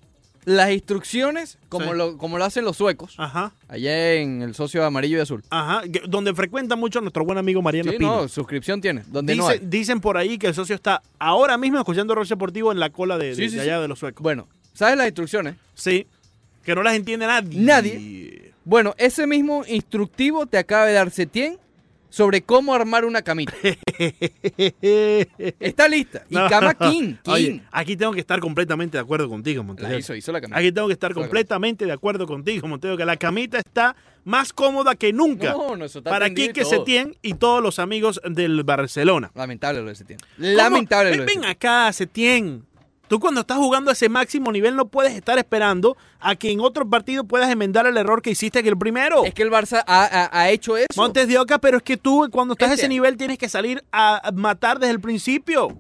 Speaker 1: las instrucciones como,
Speaker 2: Sí. Ah.
Speaker 1: lo, como lo hacen los suecos,
Speaker 2: Ajá.
Speaker 1: allá en el socio amarillo y azul.
Speaker 2: Ajá. que- Donde frecuenta mucho nuestro buen amigo Mariano
Speaker 1: Sí,
Speaker 2: Pino.
Speaker 1: no, suscripción tiene, donde
Speaker 2: Dice-
Speaker 1: no hay.
Speaker 2: Dicen por ahí que el socio está ahora mismo escuchando Roche Deportivo en la cola de, de-
Speaker 1: Sí, sí,
Speaker 2: de
Speaker 1: sí.
Speaker 2: allá de los suecos.
Speaker 1: Bueno, ¿sabes las instrucciones?
Speaker 2: Sí. Que no las entiende nadie.
Speaker 1: Nadie. Bueno, ese mismo instructivo te acaba de dar Setién sobre cómo armar una camita. Está lista. Y
Speaker 2: No.
Speaker 1: cama King. King.
Speaker 2: Oye, aquí tengo que estar completamente de acuerdo contigo, Montero.
Speaker 1: la hizo, hizo la camita.
Speaker 2: Aquí tengo que estar
Speaker 1: Claro.
Speaker 2: completamente de acuerdo contigo, Monteo, que la camita está más cómoda que nunca
Speaker 1: No, no, eso está
Speaker 2: para
Speaker 1: tendido y
Speaker 2: Quique
Speaker 1: todo.
Speaker 2: Setién y todos los amigos del Barcelona.
Speaker 1: Lamentable lo de Setién.
Speaker 2: ¿Cómo?
Speaker 1: Lamentable lo
Speaker 2: Ven,
Speaker 1: de
Speaker 2: ven
Speaker 1: Setién.
Speaker 2: acá, Setién. Tú cuando estás jugando a ese máximo nivel no puedes estar esperando a que en otro partido puedas emendar el error que hiciste en el primero.
Speaker 1: Es que el Barça ha, ha- ha hecho eso.
Speaker 2: Montes de Oca, pero es que tú cuando estás a
Speaker 1: Este-
Speaker 2: ese nivel tienes que salir a matar desde el principio.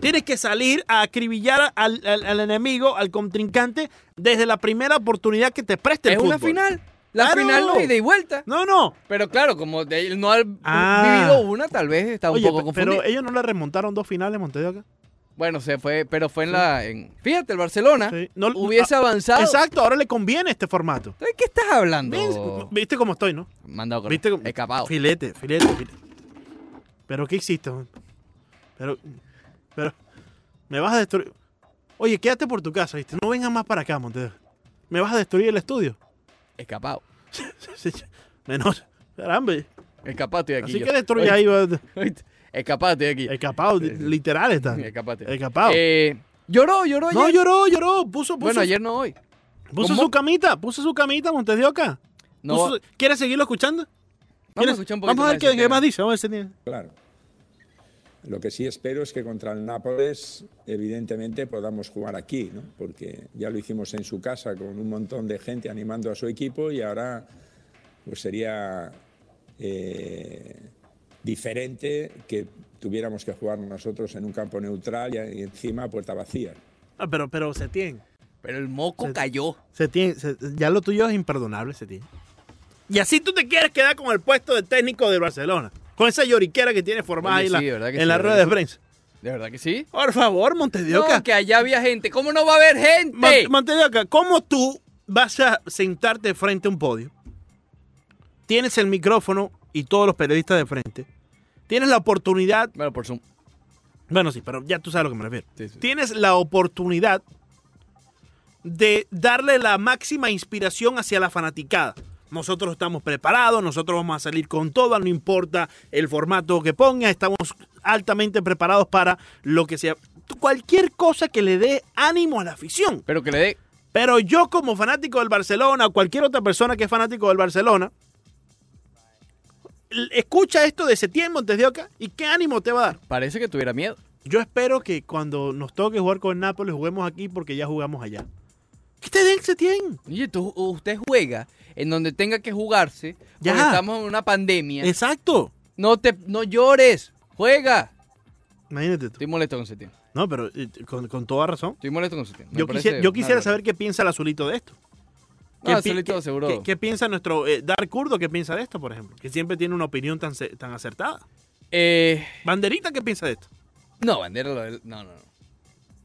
Speaker 2: Tienes que salir a acribillar al, al- al enemigo, al contrincante, desde la primera oportunidad que te preste el
Speaker 1: es una
Speaker 2: fútbol.
Speaker 1: final. La
Speaker 2: Claro.
Speaker 1: final no es ida y vuelta.
Speaker 2: No, no.
Speaker 1: Pero claro, como de- él no ha
Speaker 2: Ah.
Speaker 1: vivido una, tal vez está un
Speaker 2: Oye,
Speaker 1: poco
Speaker 2: pe- pero eh,
Speaker 1: confundido.
Speaker 2: ellos no le remontaron dos finales, Montes de Oca.
Speaker 1: Bueno, se fue, pero fue en la. en- Fíjate, el Barcelona
Speaker 2: Sí. No-
Speaker 1: hubiese
Speaker 2: ah,
Speaker 1: avanzado.
Speaker 2: Exacto, ahora le conviene este formato.
Speaker 1: ¿De qué estás hablando?
Speaker 2: ¿Ves? ¿Viste cómo estoy, no?
Speaker 1: Mandado con
Speaker 2: ¿Viste? cómo-
Speaker 1: escapado.
Speaker 2: Filete, filete, filete. ¿Pero qué hiciste? man? Pero, pero, me vas a destruir. Oye, quédate por tu casa, ¿viste? No vengas más para acá, Montero. ¿Me vas a destruir el estudio?
Speaker 1: Escapado.
Speaker 2: Menos. Caramba.
Speaker 1: Escapate de aquí.
Speaker 2: Así
Speaker 1: yo.
Speaker 2: que destruye ahí. va-
Speaker 1: Oíste, Escapate de aquí.
Speaker 2: Escapado,
Speaker 1: Sí, sí.
Speaker 2: literal está.
Speaker 1: Escapate.
Speaker 2: Escapado.
Speaker 1: Eh, lloró, lloró
Speaker 2: no,
Speaker 1: ayer.
Speaker 2: lloró, lloró. Puso, puso,
Speaker 1: Bueno, ayer no hoy.
Speaker 2: puso
Speaker 1: ¿Cómo?
Speaker 2: su camita, puso su camita, Montes de Oca.
Speaker 1: No,
Speaker 2: Puso su- ¿Quieres seguirlo escuchando?
Speaker 1: vamos a
Speaker 2: ¿Quieres-
Speaker 1: escuchar un poquito
Speaker 2: vamos a ver
Speaker 1: de ese
Speaker 2: qué, qué
Speaker 1: tema.
Speaker 2: más dice. Vamos a ver si tiene-
Speaker 6: Claro. Lo que sí espero es que contra el Nápoles, evidentemente, podamos jugar aquí, ¿no? porque ya lo hicimos en su casa con un montón de gente animando a su equipo y ahora pues sería eh, diferente que tuviéramos que jugar nosotros en un campo neutral y, y encima a puerta vacía.
Speaker 2: Ah, pero, pero se tiene.
Speaker 1: Pero el moco
Speaker 2: Se-
Speaker 1: cayó.
Speaker 2: Se tiene, se- ya lo tuyo es imperdonable, se tiene. Y así tú te quieres quedar con el puesto de técnico de Barcelona. Con esa lloriquera que tiene formada
Speaker 1: Oye,
Speaker 2: ahí la-
Speaker 1: sí, ¿verdad que
Speaker 2: en
Speaker 1: sí,
Speaker 2: la
Speaker 1: verdad
Speaker 2: rueda
Speaker 1: que
Speaker 2: de
Speaker 1: sí?
Speaker 2: prensa.
Speaker 1: ¿De verdad que sí?
Speaker 2: Por favor,
Speaker 1: No,
Speaker 2: Montedioca.
Speaker 1: que allá había gente. ¿Cómo no va a haber gente?
Speaker 2: Mon- Montedioca, ¿cómo tú vas a sentarte frente a un podio? Tienes el micrófono y todos los periodistas de frente. Tienes la oportunidad
Speaker 1: bueno, por Zoom.
Speaker 2: Bueno, sí, pero ya tú sabes a lo que me refiero.
Speaker 1: Sí, sí.
Speaker 2: Tienes la oportunidad de darle la máxima inspiración hacia la fanaticada. Nosotros estamos preparados, nosotros vamos a salir con todo, no importa el formato que ponga, estamos altamente preparados para lo que sea. Cualquier cosa que le dé ánimo a la afición.
Speaker 1: Pero que le dé
Speaker 2: Pero yo como fanático del Barcelona, o cualquier otra persona que es fanático del Barcelona, l- escucha esto de Setién Montes de Oca y qué ánimo te va a dar.
Speaker 1: Parece que tuviera miedo.
Speaker 2: Yo espero que cuando nos toque jugar con el Nápoles juguemos aquí porque ya jugamos allá. ¿Qué te den Setién?
Speaker 1: Oye, tú- usted juega en donde tenga que jugarse.
Speaker 2: Ya.
Speaker 1: Porque estamos en una pandemia.
Speaker 2: Exacto.
Speaker 1: No te, no llores. Juega.
Speaker 2: Imagínate tú.
Speaker 1: Estoy molesto con Setién.
Speaker 2: No, pero eh, con, con toda razón.
Speaker 1: Estoy molesto con Setién. Me
Speaker 2: Yo,
Speaker 1: parece
Speaker 2: quisiera- yo quisiera
Speaker 1: una
Speaker 2: saber qué piensa el azulito de esto.
Speaker 1: No,
Speaker 2: pi-
Speaker 1: Azulito seguro.
Speaker 2: qué- qué piensa nuestro eh, Dark Kurdo? ¿Qué piensa de esto, por ejemplo? Que siempre tiene una opinión tan, ce- tan acertada.
Speaker 1: barbaridad. Eh,
Speaker 2: Banderita, ¿qué piensa de esto?
Speaker 1: no, Bandera. lo del- No, no, no.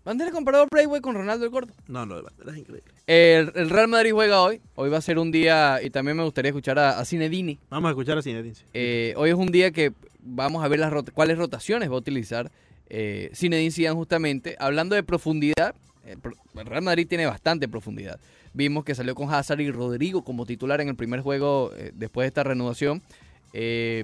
Speaker 1: Bandera comparado a Braithwaite con Ronaldo el Gordo.
Speaker 2: No, lo de Bandera es increíble.
Speaker 1: El, el Real Madrid juega hoy. Hoy va a ser un día. Y también me gustaría escuchar a, a Zinedine.
Speaker 2: Vamos a escuchar a Zinedine. sí.
Speaker 1: Eh, hoy es un día que vamos a ver las rota- cuáles rotaciones va a utilizar eh, Zinedine Zidane justamente. Hablando de profundidad, el pro- el Real Madrid tiene bastante profundidad. Vimos que salió con Hazard y Rodrigo como titular en el primer juego eh, después de esta renovación. Eh,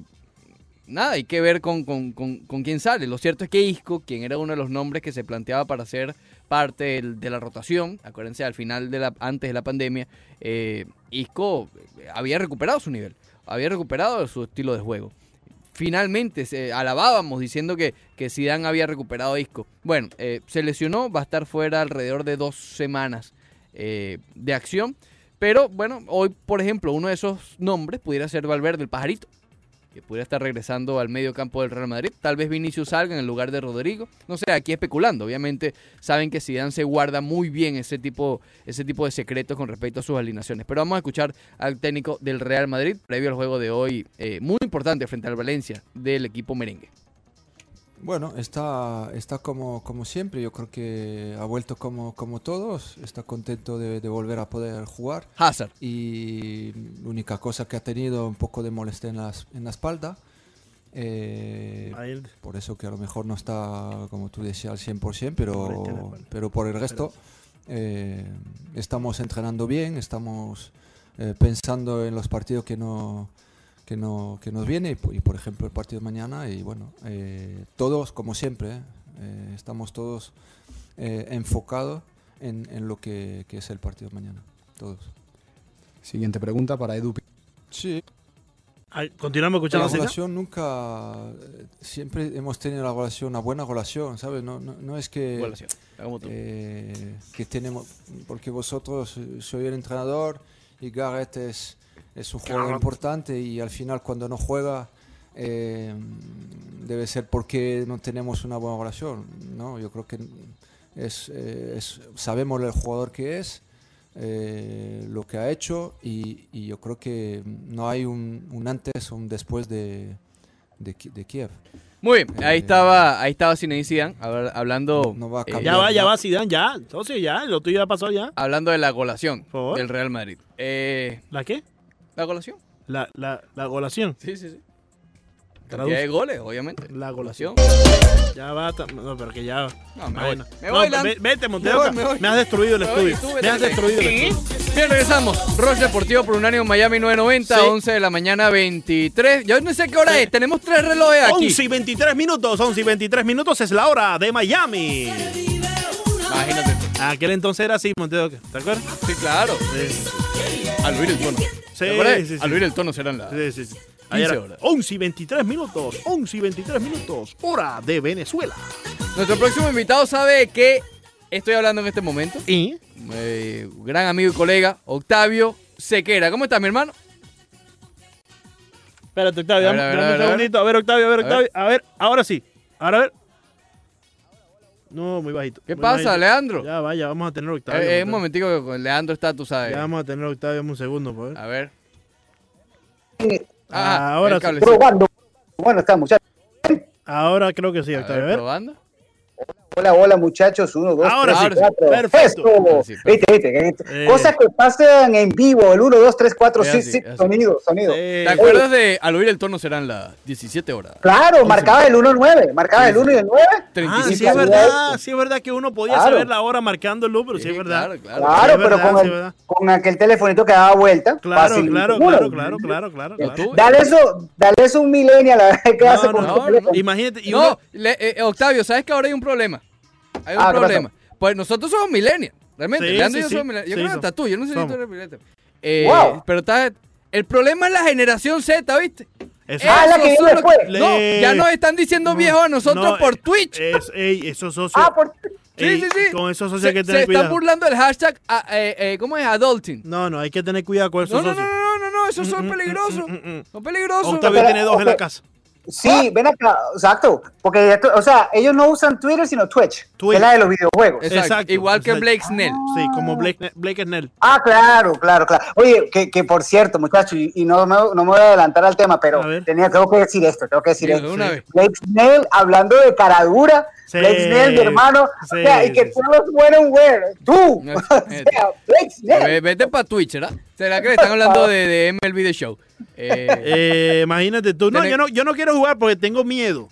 Speaker 1: nada, hay que ver con, con- con- con quién sale. Lo cierto es que Isco, quien era uno de los nombres que se planteaba para ser parte del- de la rotación, acuérdense, al final de la, antes de la pandemia, eh, Isco eh, había recuperado su nivel, había recuperado su estilo de juego. Finalmente se alabábamos diciendo que, que Zidane había recuperado a Isco. Bueno, eh, se lesionó, va a estar fuera alrededor de dos semanas eh, de acción. Pero bueno, hoy, por ejemplo, uno de esos nombres pudiera ser Valverde, el pajarito que pudiera estar regresando al medio campo del Real Madrid. Tal vez Vinicius salga en el lugar de Rodrigo. No sé, aquí especulando. Obviamente saben que Zidane se guarda muy bien ese tipo, ese tipo de secretos con respecto a sus alineaciones. Pero vamos a escuchar al técnico del Real Madrid previo al juego de hoy, eh, muy importante frente al Valencia del equipo merengue.
Speaker 7: Bueno, está, está como, como siempre, yo creo que ha vuelto como, como todos, está contento de, de volver a poder jugar
Speaker 1: Hazard.
Speaker 7: y la única cosa que ha tenido un poco de molestia en, las- en la espalda, eh,
Speaker 2: A él.
Speaker 7: por eso que a lo mejor no está, como tú decías, al 100%,
Speaker 2: Molestia en la
Speaker 7: pero,
Speaker 2: espalda.
Speaker 7: pero por el resto eh, estamos entrenando bien, estamos eh, pensando en los partidos que no que no que nos viene y, po- y, por ejemplo el partido de mañana y bueno eh, todos como siempre ¿eh? Eh, estamos todos eh, enfocados en, en lo que, que es el partido de mañana todos
Speaker 8: Siguiente pregunta para Edu. Pi-
Speaker 7: sí
Speaker 2: Ay, Continuamos escuchando
Speaker 7: la
Speaker 2: a Zinedine.
Speaker 7: relación nunca eh, siempre hemos tenido la relación una buena relación sabes no, no, no es que
Speaker 1: Igual así, como tú.
Speaker 7: eh, que tenemos, porque vosotros eh, soy el entrenador y Gareth es, es un jugador importante y al final cuando no juega eh, debe ser porque no tenemos una buena relación, ¿no? Yo creo que es, eh, es- sabemos el jugador que es, eh, lo que ha hecho y, y yo creo que no hay un, un antes o un después de, de, Ki- de Kiev.
Speaker 1: Muy bien, ahí estaba, ahí estaba Zinedine Zidane, a ver, hablando,
Speaker 7: eh, No va a
Speaker 1: eh,
Speaker 7: cambiar.
Speaker 2: Ya va, ya va, Zidane, ya. Entonces ya, lo tuyo ya pasó ya.
Speaker 1: hablando de la colación
Speaker 2: Por favor.
Speaker 1: del Real Madrid. Eh,
Speaker 2: ¿La qué?
Speaker 1: ¿La colación?
Speaker 2: La, la, la golación.
Speaker 1: Sí, sí, sí.
Speaker 2: Traduce.
Speaker 1: Cantidad de goles, obviamente.
Speaker 2: La golación. Ya va. ta- No, pero que ya.
Speaker 1: No, me
Speaker 2: Vaina.
Speaker 1: voy. Me voy,
Speaker 2: No,
Speaker 1: Lan.
Speaker 2: ve- Vete, Montes
Speaker 1: Me
Speaker 2: de
Speaker 1: voy,
Speaker 2: Oca.
Speaker 1: me voy.
Speaker 2: Me has destruido el
Speaker 1: Me voy,
Speaker 2: estudio.
Speaker 1: tú
Speaker 2: Me
Speaker 1: vete
Speaker 2: has
Speaker 1: de
Speaker 2: destruido el
Speaker 1: aquí.
Speaker 2: estudio.
Speaker 1: Bien, regresamos. Rush Deportivo por Unánimo Miami 990,
Speaker 2: Sí.
Speaker 1: 11 de la mañana, 23. Yo no sé qué hora
Speaker 2: Sí.
Speaker 1: es. Tenemos tres relojes aquí.
Speaker 2: 11 y 23 minutos, 11 y 23 minutos es la hora de Miami.
Speaker 1: Imagínate.
Speaker 2: Aquel entonces era así, Montes de Oca, ¿te acuerdas?
Speaker 1: Sí, claro. Al oír el tono.
Speaker 2: Sí,
Speaker 1: ¿Te acuerdas?
Speaker 2: sí, sí.
Speaker 1: Al oír el tono serán las.
Speaker 2: Sí, sí, sí. Ahí era
Speaker 1: 15 horas.
Speaker 2: 11 y 23 minutos, 11 y 23 minutos, hora de Venezuela.
Speaker 1: Nuestro próximo invitado sabe que estoy hablando en este momento.
Speaker 2: Y
Speaker 1: Eh, gran amigo y colega, Octavio Sequera. ¿Cómo estás, mi hermano?
Speaker 2: Espérate, Octavio,
Speaker 1: A ver,
Speaker 2: dame,
Speaker 1: a ver, a
Speaker 2: dame un
Speaker 1: ver, a ver.
Speaker 2: segundito. A ver, Octavio, a ver,
Speaker 1: A ver.
Speaker 2: Octavio. A ver, ahora sí. Ahora a ver. No, muy bajito.
Speaker 1: ¿Qué
Speaker 2: muy
Speaker 1: pasa,
Speaker 2: bajito.
Speaker 1: Leandro?
Speaker 2: Ya vaya, vamos a tener a Octavio.
Speaker 1: Eh, eh,
Speaker 2: Montes.
Speaker 1: un momentico que con Leandro está, Ah. tú sabes.
Speaker 2: Ya vamos a tener a Octavio, dame un segundo, pues. por favor.
Speaker 1: A ver. Ah,
Speaker 2: Ahora
Speaker 1: el
Speaker 2: sí.
Speaker 1: cablecito.
Speaker 9: Probando. Bueno, está, muchachos.
Speaker 2: Ahora creo que sí,
Speaker 1: A
Speaker 2: Octavio.
Speaker 1: ver,
Speaker 2: A ver.
Speaker 1: probando.
Speaker 9: Hola, hola, muchachos. Uno, dos,
Speaker 2: Ahora
Speaker 9: tres,
Speaker 1: sí.
Speaker 9: cuatro.
Speaker 2: Perfecto.
Speaker 9: Eso.
Speaker 1: Ahora sí, perfecto.
Speaker 9: Viste, viste, que-
Speaker 2: Eh.
Speaker 9: Cosas que pasan en vivo. El uno, dos, tres, cuatro,
Speaker 1: Es
Speaker 9: sí,
Speaker 1: así,
Speaker 9: sí.
Speaker 1: es así.
Speaker 9: Sonido, sonido.
Speaker 2: Eh,
Speaker 1: ¿Te acuerdas de al oír el tono serán las 17 horas?
Speaker 9: Claro, marcaba el uno, el nueve. Marcaba el uno y el nueve.
Speaker 2: Ah,
Speaker 1: 35.
Speaker 2: sí es
Speaker 9: Claro.
Speaker 2: verdad, sí es verdad que uno podía
Speaker 9: Claro.
Speaker 2: saber la hora marcando el número, sí,
Speaker 1: Sí,
Speaker 2: es verdad.
Speaker 1: claro, claro.
Speaker 9: Claro,
Speaker 2: es
Speaker 9: pero
Speaker 2: verdad,
Speaker 9: con,
Speaker 2: sí,
Speaker 9: el-
Speaker 2: verdad.
Speaker 9: con aquel telefonito que daba vuelta.
Speaker 2: Claro,
Speaker 9: fácil,
Speaker 2: claro,
Speaker 9: seguro.
Speaker 2: claro, claro, claro, claro,
Speaker 1: Lo
Speaker 2: claro.
Speaker 1: tuve.
Speaker 9: Dale eso, dale eso a un millennial a ver qué
Speaker 2: No,
Speaker 9: hace
Speaker 2: no,
Speaker 9: con
Speaker 1: no,
Speaker 9: su
Speaker 1: no.
Speaker 9: teléfono.
Speaker 2: Imagínate, y
Speaker 1: No,
Speaker 2: uno-
Speaker 1: le- eh, eh, Octavio, ¿sabes que ahora hay un problema? Hay un
Speaker 9: Ah, ¿qué pasó?
Speaker 1: problema. Pues nosotros somos millennials. Realmente,
Speaker 2: Sí,
Speaker 1: Leandro
Speaker 2: sí,
Speaker 1: y yo
Speaker 2: sí.
Speaker 1: somos millennials. Yo
Speaker 2: Sí,
Speaker 1: creo que
Speaker 2: somos.
Speaker 1: hasta tú, yo no sé si
Speaker 2: Somos.
Speaker 1: tú eres millennial. Eh,
Speaker 9: Wow.
Speaker 1: Pero está... El problema es la generación Z, ¿viste?
Speaker 2: Eso-
Speaker 9: Ah, la que
Speaker 1: Esos
Speaker 9: viene
Speaker 1: son los
Speaker 9: después.
Speaker 1: No, ya nos están diciendo viejos a nosotros
Speaker 2: no,
Speaker 1: por
Speaker 2: eh,
Speaker 1: Twitch.
Speaker 2: Es, ey, esos socios.
Speaker 9: Ah, por...
Speaker 1: sí,
Speaker 2: ey,
Speaker 1: sí, sí.
Speaker 2: Con esos socios
Speaker 1: se,
Speaker 2: hay que
Speaker 1: se
Speaker 2: tener
Speaker 1: están
Speaker 2: cuidado.
Speaker 1: burlando del hashtag, ah, eh, eh, ¿cómo es? Adulting.
Speaker 2: No, no, hay que tener cuidado con esos
Speaker 1: No, no, no,
Speaker 2: socios.
Speaker 1: no, no, no, esos son
Speaker 2: Mm, mm,
Speaker 1: peligrosos.
Speaker 2: mm, mm, mm.
Speaker 1: Son peligrosos.
Speaker 2: Octavio
Speaker 9: Pero-
Speaker 2: tiene dos en la
Speaker 9: ok.
Speaker 2: casa.
Speaker 9: Sí, ven acá, exacto. Porque, ya tú- o sea, ellos no usan Twitter, sino Twitch,
Speaker 2: Twitch.
Speaker 9: que es la de los videojuegos.
Speaker 1: Exacto.
Speaker 2: Exacto,
Speaker 1: Igual que
Speaker 2: exacto.
Speaker 1: Blake Snell.
Speaker 2: Sí, como Blake, Blake Snell.
Speaker 9: Ah, claro, claro, claro. Oye, que, que por cierto, muchachos, y, y no, me, no me voy a adelantar al tema, pero
Speaker 2: A ver.
Speaker 9: tenía, tengo que decir esto, tengo que decir
Speaker 1: Dilo de
Speaker 9: esto.
Speaker 1: una vez.
Speaker 9: Blake Snell, hablando de cara dura,
Speaker 2: Sí,
Speaker 9: Blake Snell, mi hermano,
Speaker 2: sí,
Speaker 9: o sea, y que
Speaker 2: sí, sí.
Speaker 9: todos fueron where, tú, o
Speaker 1: No,
Speaker 9: sea, Blake
Speaker 1: Eh,
Speaker 9: Snell.
Speaker 1: Vete para Twitch, ¿verdad? ¿Será que le están hablando de, de MLB The Show? Eh,
Speaker 2: Eh, imagínate tú. No
Speaker 1: Tener-
Speaker 2: yo, no, yo no quiero jugar porque tengo miedo.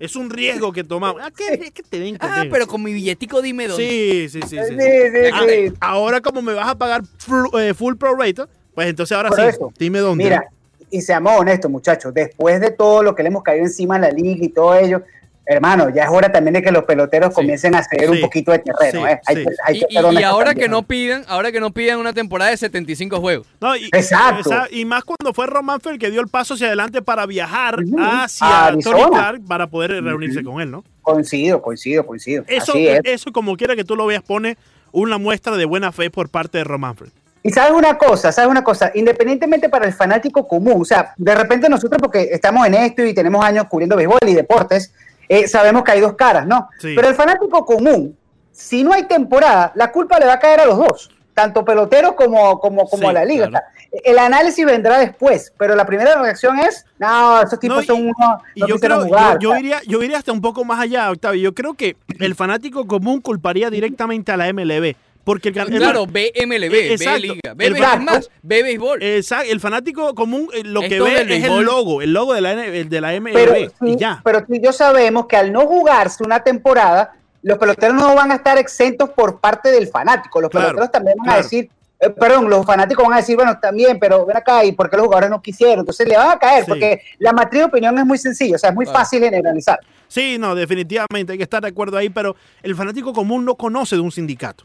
Speaker 2: Es un riesgo que tomamos. Ah, ¿qué, qué te ven
Speaker 1: ah,
Speaker 2: contigo?
Speaker 1: pero con mi billetico dime dónde.
Speaker 2: Sí, sí, sí. sí,
Speaker 9: Sí,
Speaker 2: sí.
Speaker 9: sí,
Speaker 2: Ah,
Speaker 9: sí.
Speaker 2: Ahora, como me vas a pagar full, eh, full pro rate, pues entonces ahora
Speaker 9: Por
Speaker 2: sí.
Speaker 9: eso.
Speaker 2: Dime dónde.
Speaker 9: Mira, y seamos honestos, muchachos, después de todo lo que le hemos caído encima a la liga y todo ello, hermano, ya es hora también de que los peloteros comiencen a ceder un
Speaker 2: Sí.
Speaker 9: poquito de terreno.
Speaker 2: Sí,
Speaker 9: ¿eh? Hay
Speaker 2: sí.
Speaker 9: que- hay
Speaker 1: Y,
Speaker 9: que
Speaker 1: y-
Speaker 9: ser
Speaker 1: y
Speaker 9: honestos
Speaker 1: ahora
Speaker 9: también.
Speaker 1: que no pidan, ahora que no pidan una temporada de 75 juegos.
Speaker 2: No, y,
Speaker 9: Exacto.
Speaker 2: esa- y más cuando fue Romanfer el que dio el paso hacia adelante para viajar
Speaker 9: Ujú.
Speaker 2: hacia
Speaker 9: A Arizona.
Speaker 2: Tony Clark para poder reunirse con él, ¿no?
Speaker 9: Coincido, coincido, coincido.
Speaker 2: Eso,
Speaker 9: Así es.
Speaker 2: eso como quiera que tú lo veas, pone una muestra de buena fe por parte de Romanfer.
Speaker 9: Y sabes una cosa, sabes una cosa, independientemente para el fanático común, o sea, de repente nosotros porque estamos en esto y tenemos años cubriendo béisbol y deportes, eh, sabemos que hay dos caras, ¿no?
Speaker 2: Sí.
Speaker 9: Pero el fanático común, si no hay temporada, la culpa le va a caer a los dos, tanto peloteros como, como, como
Speaker 2: Sí,
Speaker 9: a la liga.
Speaker 2: claro.
Speaker 9: O sea, el análisis vendrá después, pero la primera reacción es, no, esos tipos
Speaker 2: No, y-
Speaker 9: son unos...
Speaker 2: Y
Speaker 9: no
Speaker 2: yo
Speaker 9: quisieron
Speaker 2: creo,
Speaker 9: jugar".
Speaker 2: yo, yo iría, yo iría hasta un poco más allá, Octavio. Yo creo que el fanático común culparía directamente a la MLB. Porque el, el-
Speaker 1: Claro, ve
Speaker 2: Eh,
Speaker 1: MLB, ve
Speaker 2: exacto.
Speaker 1: Liga,
Speaker 2: El Eh,
Speaker 1: ve,
Speaker 2: blanco-
Speaker 1: es más, ve béisbol.
Speaker 2: Exacto, el fanático común eh, lo que
Speaker 1: Esto
Speaker 2: ve
Speaker 1: del
Speaker 2: es el
Speaker 1: béisbol.
Speaker 2: logo, el logo de la, N- el de la MLB
Speaker 9: pero,
Speaker 2: y
Speaker 9: tú-
Speaker 2: ya.
Speaker 9: pero tú y yo sabemos que al no jugarse una temporada, los peloteros no van a estar exentos por parte del fanático. Los
Speaker 2: Claro,
Speaker 9: peloteros también van
Speaker 2: claro.
Speaker 9: a decir, eh, perdón, los fanáticos van a decir, bueno, también, pero ven acá, ¿y por qué los jugadores no quisieron? Entonces le van a caer,
Speaker 2: Sí.
Speaker 9: porque la matriz de opinión es muy sencilla, o sea, es muy
Speaker 1: Claro.
Speaker 9: fácil generalizar.
Speaker 2: Sí, no, definitivamente hay que estar de acuerdo ahí, pero el fanático común no conoce de un sindicato.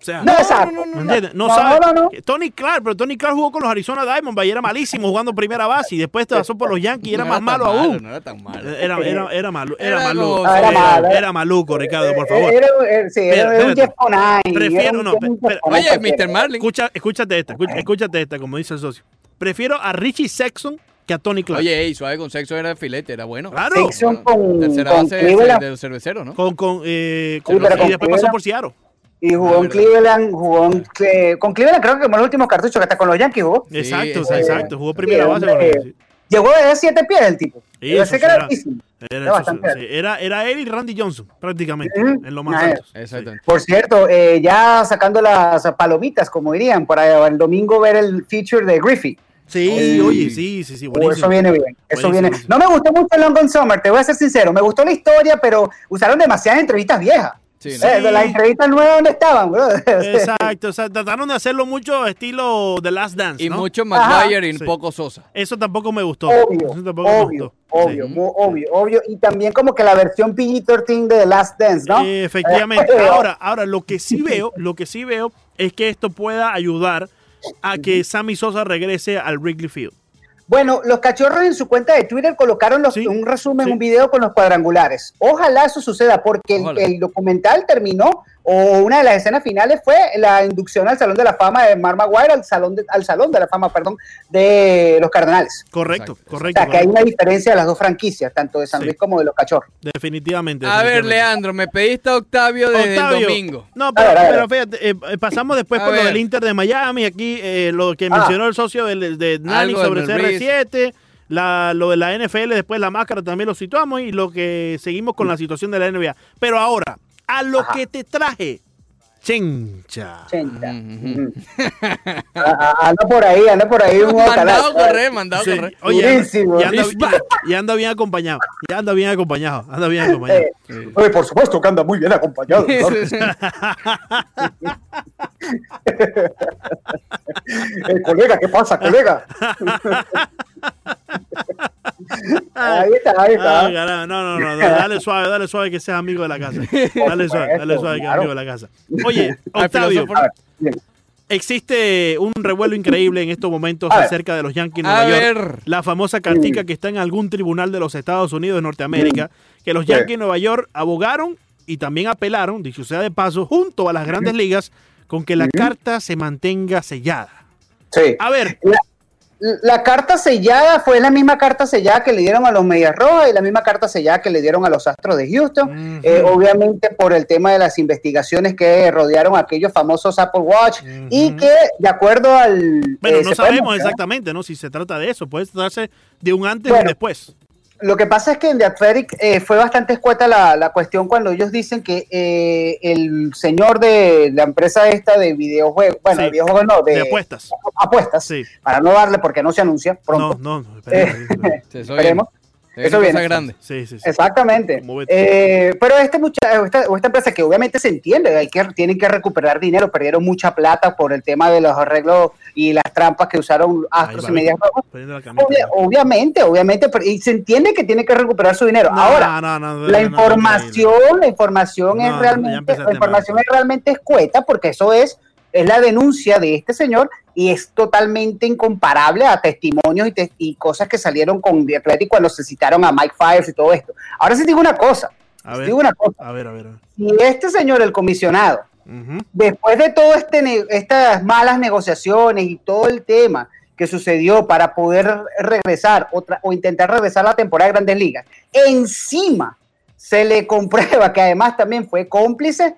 Speaker 2: O sea,
Speaker 9: No, exacto.
Speaker 2: ¿me entiendes? Ah. No
Speaker 9: No,
Speaker 2: sabe.
Speaker 9: no, no.
Speaker 2: Tony Clark, pero Tony Clark jugó con los Arizona Diamondbacks y era malísimo jugando primera base y después te
Speaker 1: Eh,
Speaker 2: pasó por los Yankees y era
Speaker 1: No
Speaker 2: más
Speaker 1: tan
Speaker 2: malo
Speaker 1: No
Speaker 2: aún. Eh,
Speaker 1: era tan malo.
Speaker 2: Era, era, era, malu- era
Speaker 1: Era
Speaker 2: maluco.
Speaker 1: como-
Speaker 9: Era
Speaker 2: Era,
Speaker 9: malo.
Speaker 2: era maluco, Ricardo, por
Speaker 9: Eh,
Speaker 2: favor.
Speaker 9: Era, eh, sí, era
Speaker 2: Espera,
Speaker 9: un
Speaker 2: espérate.
Speaker 9: Jeff Conine,
Speaker 2: Prefiero-
Speaker 9: era un
Speaker 2: no,
Speaker 9: Jeff
Speaker 2: pe-
Speaker 9: Conine
Speaker 2: pero-
Speaker 9: cualquiera.
Speaker 1: Oye, Mr. Marlin.
Speaker 2: Escucha, escúchate esta, escucha- escúchate esta, como dice el socio. Prefiero a Richie Sexton que a Tony Clark.
Speaker 1: Oye, ey, suave con sexo era filete, era bueno.
Speaker 2: claro.
Speaker 9: Sexton con,
Speaker 1: Tercera
Speaker 9: con
Speaker 1: base de-
Speaker 9: Cleveland.
Speaker 1: de los cerveceros, ¿no?
Speaker 2: Con, con, eh,
Speaker 9: Sí, pero
Speaker 2: y
Speaker 9: con
Speaker 2: después pasó
Speaker 9: Cleveland.
Speaker 2: por Seattle.
Speaker 9: Y
Speaker 1: Ah,
Speaker 9: jugó en
Speaker 1: verdad.
Speaker 9: Cleveland, jugó en Cle- con Cleveland, creo que como el último cartucho que está con los Yankees jugó.
Speaker 1: Sí,
Speaker 2: exacto,
Speaker 1: ese-
Speaker 2: exacto. Jugó
Speaker 9: Sí,
Speaker 2: primera base.
Speaker 9: hombre.
Speaker 2: bueno, sí.
Speaker 9: Llegó de siete pies el tipo.
Speaker 2: Sí,
Speaker 9: Yo
Speaker 2: eso
Speaker 9: sé que
Speaker 2: sí
Speaker 9: era
Speaker 2: era.
Speaker 9: altísimo.
Speaker 2: Era,
Speaker 9: Era
Speaker 2: eso,
Speaker 9: bastante
Speaker 2: sí, era- era él y Randy Johnson, prácticamente,
Speaker 9: Ujú.
Speaker 2: en lo más
Speaker 9: Ah,
Speaker 2: altos.
Speaker 1: Exactamente.
Speaker 9: Por cierto, eh, ya sacando las palomitas, como dirían, para el domingo ver el feature de Griffey.
Speaker 2: Sí,
Speaker 1: Sí.
Speaker 2: oye, sí, sí, sí,
Speaker 9: Oh,
Speaker 2: buenísimo.
Speaker 9: eso viene bien, eso
Speaker 2: Buenísimo,
Speaker 9: viene.
Speaker 2: buenísimo.
Speaker 9: No me gustó mucho el Long Summer, te voy a ser sincero. Me gustó la historia, pero usaron demasiadas entrevistas viejas.
Speaker 1: Sí,
Speaker 9: Eh,
Speaker 1: ¿no?
Speaker 9: de las entrevistas nuevas, ¿dónde estaban, bro?
Speaker 2: Exacto, o sea, trataron de hacerlo mucho estilo The Last Dance,
Speaker 1: Y
Speaker 2: ¿no?
Speaker 1: mucho McGuire y
Speaker 2: Sí.
Speaker 1: poco Sosa.
Speaker 2: Eso tampoco me gustó.
Speaker 9: obvio,
Speaker 2: Eso tampoco me
Speaker 9: obvio,
Speaker 2: gustó.
Speaker 9: obvio,
Speaker 2: Sí.
Speaker 9: mu- obvio, obvio. Y también como que la versión PG-13 de The Last Dance, ¿no?
Speaker 2: Eh, Efectivamente.
Speaker 9: Eh,
Speaker 2: Ahora, ahora lo que sí veo, lo que sí veo es que esto pueda ayudar a que Sammy Sosa regrese al Wrigley Field.
Speaker 9: Bueno, los cachorros en su cuenta de Twitter colocaron los-
Speaker 2: Sí,
Speaker 9: un resumen,
Speaker 2: sí.
Speaker 9: un video con los cuadrangulares. Ojalá eso suceda porque el,
Speaker 1: Ojalá.
Speaker 9: el documental terminó o una de las escenas finales fue la inducción al Salón de la Fama de Mar Maguire, al Salón de, al Salón de la Fama, perdón, de los Cardenales.
Speaker 2: Correcto,
Speaker 1: Exacto,
Speaker 9: O
Speaker 2: correcto.
Speaker 9: sea, que hay
Speaker 2: correcto.
Speaker 9: una diferencia de las dos franquicias, tanto de San
Speaker 2: Sí.
Speaker 9: Luis como de los cachorros.
Speaker 2: Definitivamente.
Speaker 1: A ver,
Speaker 2: definitivamente.
Speaker 1: Leandro, me pediste a Octavio desde el
Speaker 2: Octavio,
Speaker 1: domingo.
Speaker 2: No, pero,
Speaker 9: A ver, a ver.
Speaker 2: pero fíjate, eh, eh, pasamos después
Speaker 1: A
Speaker 2: por
Speaker 1: ver.
Speaker 2: lo del Inter de Miami, aquí eh, lo que
Speaker 9: Ah.
Speaker 2: mencionó el socio del, de Nani
Speaker 1: Algo
Speaker 2: sobre
Speaker 1: del Riz.
Speaker 2: CR7, la, lo de la NFL, después la máscara también lo situamos y lo que seguimos con la situación de la NBA. Pero ahora, a lo
Speaker 9: Mm. Ajá.
Speaker 2: que te traje, chencha.
Speaker 9: Chenta.
Speaker 1: Ujú.
Speaker 9: Ujú. Ah, ah, Anda por ahí, anda por ahí un
Speaker 1: Mandado a
Speaker 9: guacalazo.
Speaker 1: correr, mandado a
Speaker 2: Sí,
Speaker 1: correr.
Speaker 2: Oye,
Speaker 9: Durísimo.
Speaker 2: y anda,
Speaker 1: He's back.
Speaker 2: y anda bien acompañado, ya anda bien acompañado, anda bien acompañado.
Speaker 9: Eh, eh, por supuesto que anda muy bien acompañado. ¿no? Eh, colega, ¿qué pasa, colega? Ahí está, ahí está.
Speaker 2: Ah, carajo. no, no, no, dale suave, dale suave que seas amigo de la casa. Dale suave, dale suave que es amigo de la casa. Oye, Octavio,
Speaker 9: A ver, bien.
Speaker 2: existe un revuelo increíble en estos momentos
Speaker 9: A ver.
Speaker 2: acerca de los Yankees de
Speaker 1: A
Speaker 2: Nueva York.
Speaker 1: ver.
Speaker 2: La famosa cartica que está en algún tribunal de los Estados Unidos de Norteamérica,
Speaker 9: Mm.
Speaker 2: que los Yankees de Nueva York abogaron y también apelaron, dicho sea de paso, junto a las grandes ligas, con que la
Speaker 9: Mm.
Speaker 2: carta se mantenga sellada.
Speaker 9: Sí.
Speaker 2: A ver,
Speaker 9: La, la carta sellada fue la misma carta sellada que le dieron a los Medias Rojas y la misma carta sellada que le dieron a los Astros de Houston.
Speaker 2: Ujú.
Speaker 9: Eh, obviamente por el tema de las investigaciones que rodearon a aquellos famosos Apple Watch y
Speaker 2: Ujú.
Speaker 9: que de acuerdo al...
Speaker 2: bueno,
Speaker 9: eh,
Speaker 2: no
Speaker 9: se puede
Speaker 2: sabemos
Speaker 9: mostrar.
Speaker 2: exactamente, ¿no? Si se trata de eso, puede tratarse de un antes o un
Speaker 9: Bueno.
Speaker 2: después.
Speaker 9: Lo que pasa es que en The Athletic eh, fue bastante escueta la, la cuestión cuando ellos dicen que eh, el señor de la empresa esta de videojuegos, bueno,
Speaker 2: Sí,
Speaker 9: de videojuegos no, de,
Speaker 2: de apuestas.
Speaker 9: apuestas,
Speaker 2: Sí.
Speaker 9: para no darle porque no se anuncia
Speaker 2: No,
Speaker 9: pronto, Eh,
Speaker 2: no, no, espera,
Speaker 1: Sí, eso viene.
Speaker 9: esperemos.
Speaker 1: Se viene
Speaker 9: Eso
Speaker 1: cosa
Speaker 9: viene.
Speaker 1: grande.
Speaker 2: Sí, sí, sí.
Speaker 9: Exactamente.
Speaker 2: Como Beto.
Speaker 9: Eh, pero este muchacho, esta, o esta empresa que obviamente se entiende, hay que, tienen que recuperar dinero, perdieron mucha plata por el tema de los arreglos y las trampas que usaron Astros
Speaker 2: va,
Speaker 9: y Medias Rojas.
Speaker 2: Poniendo la camita.
Speaker 9: Obvia- obviamente, obviamente, pero- y se entiende que tiene que recuperar su dinero.
Speaker 2: No,
Speaker 9: Ahora,
Speaker 2: no, no, no,
Speaker 9: la
Speaker 2: no, no, no, no, no, no.
Speaker 9: información, la información
Speaker 2: No, no,
Speaker 9: es
Speaker 2: ya
Speaker 9: realmente,
Speaker 2: empezaste
Speaker 9: la información
Speaker 2: mal.
Speaker 9: es realmente escueta porque eso es, es la denuncia de este señor y es totalmente incomparable a testimonios y, tes- y cosas que salieron con The Athletic cuando se citaron a Mike Fires y todo esto. Ahora sí te digo una cosa,
Speaker 2: A
Speaker 9: te
Speaker 2: ver,
Speaker 9: digo una cosa,
Speaker 2: a ver, a ver. a ver.
Speaker 9: si este señor, el comisionado,
Speaker 2: Ujú.
Speaker 9: después de todo este ne- estas malas negociaciones y todo el tema que sucedió para poder regresar o, tra- o intentar regresar a la temporada de Grandes Ligas, encima se le comprueba que además también fue cómplice.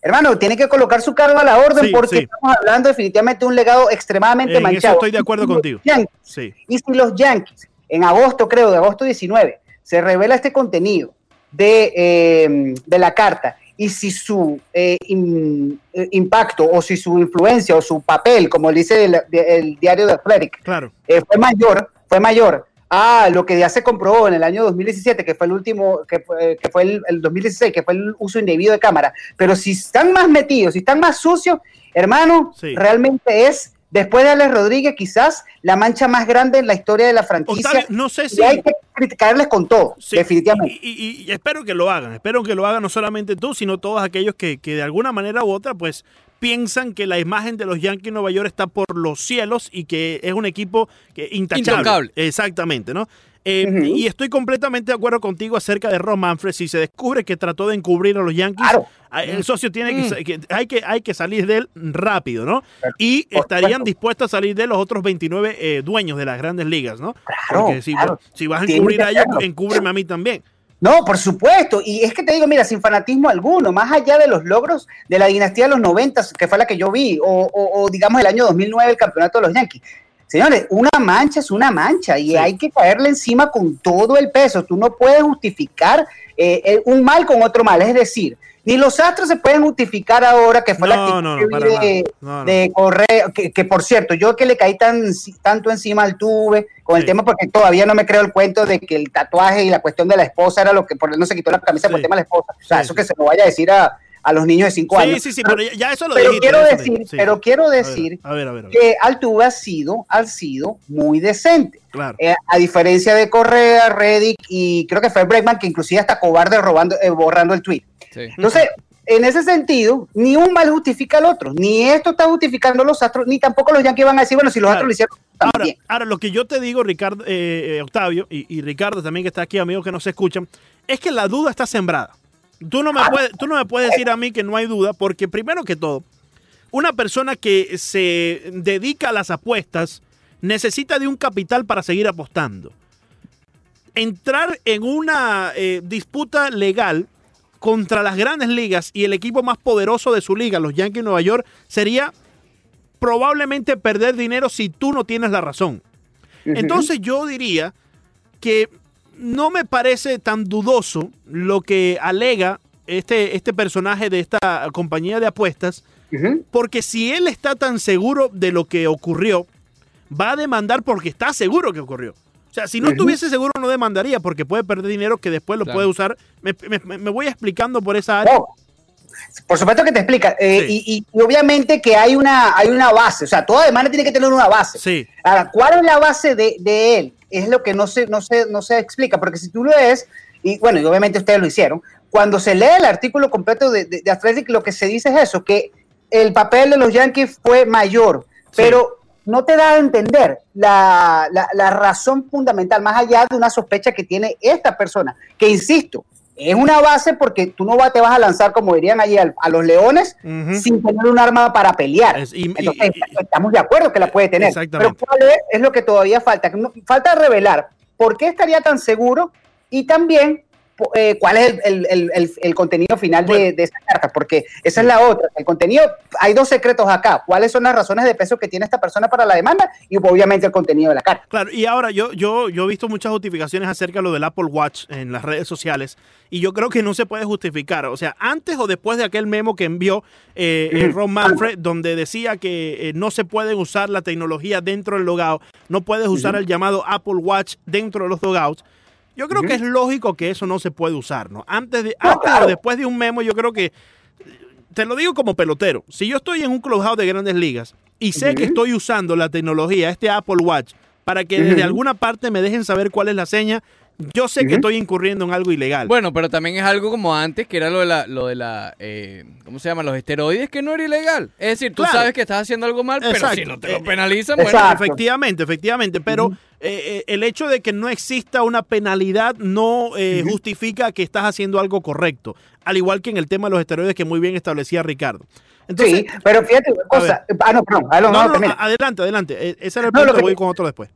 Speaker 9: Hermano, tiene que colocar su cargo a la orden
Speaker 2: Sí,
Speaker 9: porque
Speaker 2: sí.
Speaker 9: estamos hablando definitivamente de un legado extremadamente
Speaker 2: En eso
Speaker 9: manchado.
Speaker 2: estoy de acuerdo
Speaker 9: Y los
Speaker 2: contigo.
Speaker 9: Yankees
Speaker 2: Sí.
Speaker 9: y si los Yankees, en agosto, creo, de agosto 19, se revela este contenido de, eh, de la carta, y si su eh, im- eh, impacto o si su influencia o su papel, como le dice el, el diario de Athletic,
Speaker 2: Claro.
Speaker 9: eh, fue mayor, fue mayor a lo que ya se comprobó en el año 2017, que fue el último, que fue, eh, que fue el, el 2016, que fue el uso indebido de cámara. Pero si están más metidos, si están más sucios, hermano,
Speaker 2: Sí.
Speaker 9: realmente es, después de Alex Rodríguez, quizás la mancha más grande en la historia de la franquicia.
Speaker 2: Octavio, no sé si.
Speaker 9: Y hay que criticarles con todo,
Speaker 2: sí,
Speaker 9: definitivamente.
Speaker 2: Y, y- y espero que lo hagan. Espero que lo hagan no solamente tú, sino todos aquellos que, que de alguna manera u otra, pues piensan que la imagen de los Yankees de Nueva York está por los cielos y que es un equipo que, intachable.
Speaker 1: Intocable.
Speaker 2: Exactamente, ¿no? Eh,
Speaker 9: Ujú.
Speaker 2: Y estoy completamente de acuerdo contigo acerca de Rob Manfred. Si se descubre que trató de encubrir a los Yankees,
Speaker 9: Claro.
Speaker 2: a- Ah,
Speaker 9: Mm.
Speaker 2: el socio tiene que, sa- que- hay que hay que salir de él rápido, ¿no? Y
Speaker 9: Por
Speaker 2: estarían
Speaker 9: supuesto.
Speaker 2: dispuestos a salir de los otros 29 eh, dueños de las grandes ligas, ¿no?
Speaker 9: Claro,
Speaker 2: Porque si,
Speaker 9: claro.
Speaker 2: si vas a
Speaker 9: Tienen
Speaker 2: encubrir
Speaker 9: que
Speaker 2: a ellos,
Speaker 9: hacerlo.
Speaker 2: encúbreme a mí también.
Speaker 9: No, por supuesto. Y es que te digo, mira, sin fanatismo alguno, más allá de los logros de la dinastía de los 90, que fue la que yo vi, o, o- o digamos el año 2009, el campeonato de los Yankees. Señores, una mancha es una mancha y
Speaker 2: Sí.
Speaker 9: hay que caerle encima con todo el peso. Tú no puedes justificar eh, eh, un mal con otro mal. Es decir, ni los astros se pueden justificar ahora que fue la
Speaker 2: No,
Speaker 9: actitud
Speaker 2: no, no,
Speaker 9: que vi
Speaker 2: para
Speaker 9: de,
Speaker 2: nada. No, no.
Speaker 9: de Correa, que, que por cierto, yo que le caí tan, tanto encima al tuve con el
Speaker 2: Sí.
Speaker 9: tema porque todavía no me creo el cuento de que el tatuaje y la cuestión de la esposa era lo que por él no se quitó la camisa por
Speaker 2: Sí.
Speaker 9: el tema de la esposa. O sea,
Speaker 2: Sí,
Speaker 9: eso
Speaker 2: sí.
Speaker 9: que se lo vaya a decir a, a los niños de 5
Speaker 2: Sí,
Speaker 9: años.
Speaker 2: sí, sí, pero ya, ya eso lo
Speaker 9: Pero
Speaker 2: dijiste,
Speaker 9: quiero
Speaker 2: ya eso lo
Speaker 9: decir,
Speaker 2: dijiste, sí.
Speaker 9: pero quiero
Speaker 2: A ver,
Speaker 9: decir
Speaker 2: A ver, a ver, a ver,
Speaker 9: que Altuve ha sido, ha sido muy decente.
Speaker 2: Claro.
Speaker 9: Eh, a diferencia de Correa, Reddick y creo que fue Bregman, que inclusive hasta cobarde robando, eh, borrando el tweet.
Speaker 1: Sí.
Speaker 9: Entonces, en ese sentido, ni un mal justifica al otro. Ni esto está justificando a los astros, ni tampoco los Yankees van a decir, bueno, si los
Speaker 2: Claro.
Speaker 9: astros lo hicieron
Speaker 2: Ahora,
Speaker 9: también.
Speaker 2: ahora, lo que yo te digo, Ricardo, eh, eh, Octavio, y, y Ricardo también que está aquí, amigos que nos escuchan, es que la duda está sembrada. Tú no, me puedes, tú no me puedes decir a mí que no hay duda, porque primero que todo, una persona que se dedica a las apuestas necesita de un capital para seguir apostando. Entrar en una eh, disputa legal contra las grandes ligas y el equipo más poderoso de su liga, los Yankees de Nueva York, sería probablemente perder dinero si tú no tienes la razón. Entonces yo diría que no me parece tan dudoso lo que alega este, este personaje de esta compañía de apuestas,
Speaker 9: Ujú.
Speaker 2: porque si él está tan seguro de lo que ocurrió, va a demandar porque está seguro que ocurrió. O sea, si no estuviese seguro no demandaría porque puede perder dinero que después lo
Speaker 1: Claro.
Speaker 2: puede usar. Me, me- me voy explicando por esa área.
Speaker 9: No. Por supuesto que te explica.
Speaker 2: Sí.
Speaker 9: eh, y, y- y obviamente que hay Oh. una, hay una base. O sea, toda demanda tiene que tener una base.
Speaker 2: Sí.
Speaker 9: Ahora, ¿cuál es la base de, de él? es lo que no se, no, se, no se explica, porque si tú lo ves, y bueno, y obviamente ustedes lo hicieron, cuando se lee el artículo completo de, de, de Athletic, lo que se dice es eso, que el papel de los Yankees fue mayor, pero no te da a entender la, la, la razón fundamental, más allá de una sospecha que tiene esta persona, que insisto, es una base porque tú no va, te vas a lanzar, como dirían allí, al- a, los leones
Speaker 2: Ujú.
Speaker 9: sin tener un arma para pelear.
Speaker 2: Es- y- y-
Speaker 9: Entonces,
Speaker 2: y-
Speaker 9: estamos de acuerdo que la puede tener. Pero
Speaker 2: Exactamente.
Speaker 9: cuál es, es lo que todavía falta. Que no- Falta revelar por qué estaría tan seguro y también po- eh, cuál es el, el- el- el- el contenido final de- de, esa carta, porque esa es la otra. El contenido, hay dos secretos acá. ¿Cuáles son las razones de peso que tiene esta persona para la demanda? Y obviamente el contenido de la carta.
Speaker 2: Claro, y ahora yo, yo, yo he visto muchas justificaciones acerca de lo del Apple Watch en las redes sociales y yo creo que no se puede justificar. O sea, antes o después de aquel memo que envió eh, eh, Ron Manfred, donde decía que eh, no se puede usar la tecnología dentro del logout, no puedes usar el llamado Apple Watch dentro de los logouts. Yo creo que es lógico que eso no se puede usar, ¿no? Antes, de, antes o después de un memo, yo creo que te lo digo como pelotero. Si yo estoy en un clubhouse de grandes ligas y sé que estoy usando la tecnología, este Apple Watch, para que desde alguna parte me dejen saber cuál es la seña, yo sé que estoy incurriendo en algo ilegal.
Speaker 1: Bueno, pero también es algo como antes, que era lo de la, lo de la eh, ¿cómo se llama? Los esteroides, que no era ilegal. Es decir, tú
Speaker 2: Claro.
Speaker 1: sabes que estás haciendo algo mal, pero si
Speaker 2: Exacto.
Speaker 1: no te lo
Speaker 2: Eh,
Speaker 1: penalizan,
Speaker 2: Bueno,
Speaker 1: bueno,
Speaker 9: Exacto.
Speaker 2: efectivamente, efectivamente, pero eh, eh, el hecho de que no exista una penalidad no eh, justifica que estás haciendo algo correcto, al igual que en el tema de los esteroides que muy bien establecía Ricardo. Entonces,
Speaker 9: sí, pero fíjate una cosa. Ah, no, perdón. Aló,
Speaker 2: no,
Speaker 9: no,
Speaker 2: no, no,
Speaker 9: termina.
Speaker 2: adelante, adelante. E- Ese era el
Speaker 9: No, lo
Speaker 2: punto,
Speaker 9: que-
Speaker 2: voy con otro después.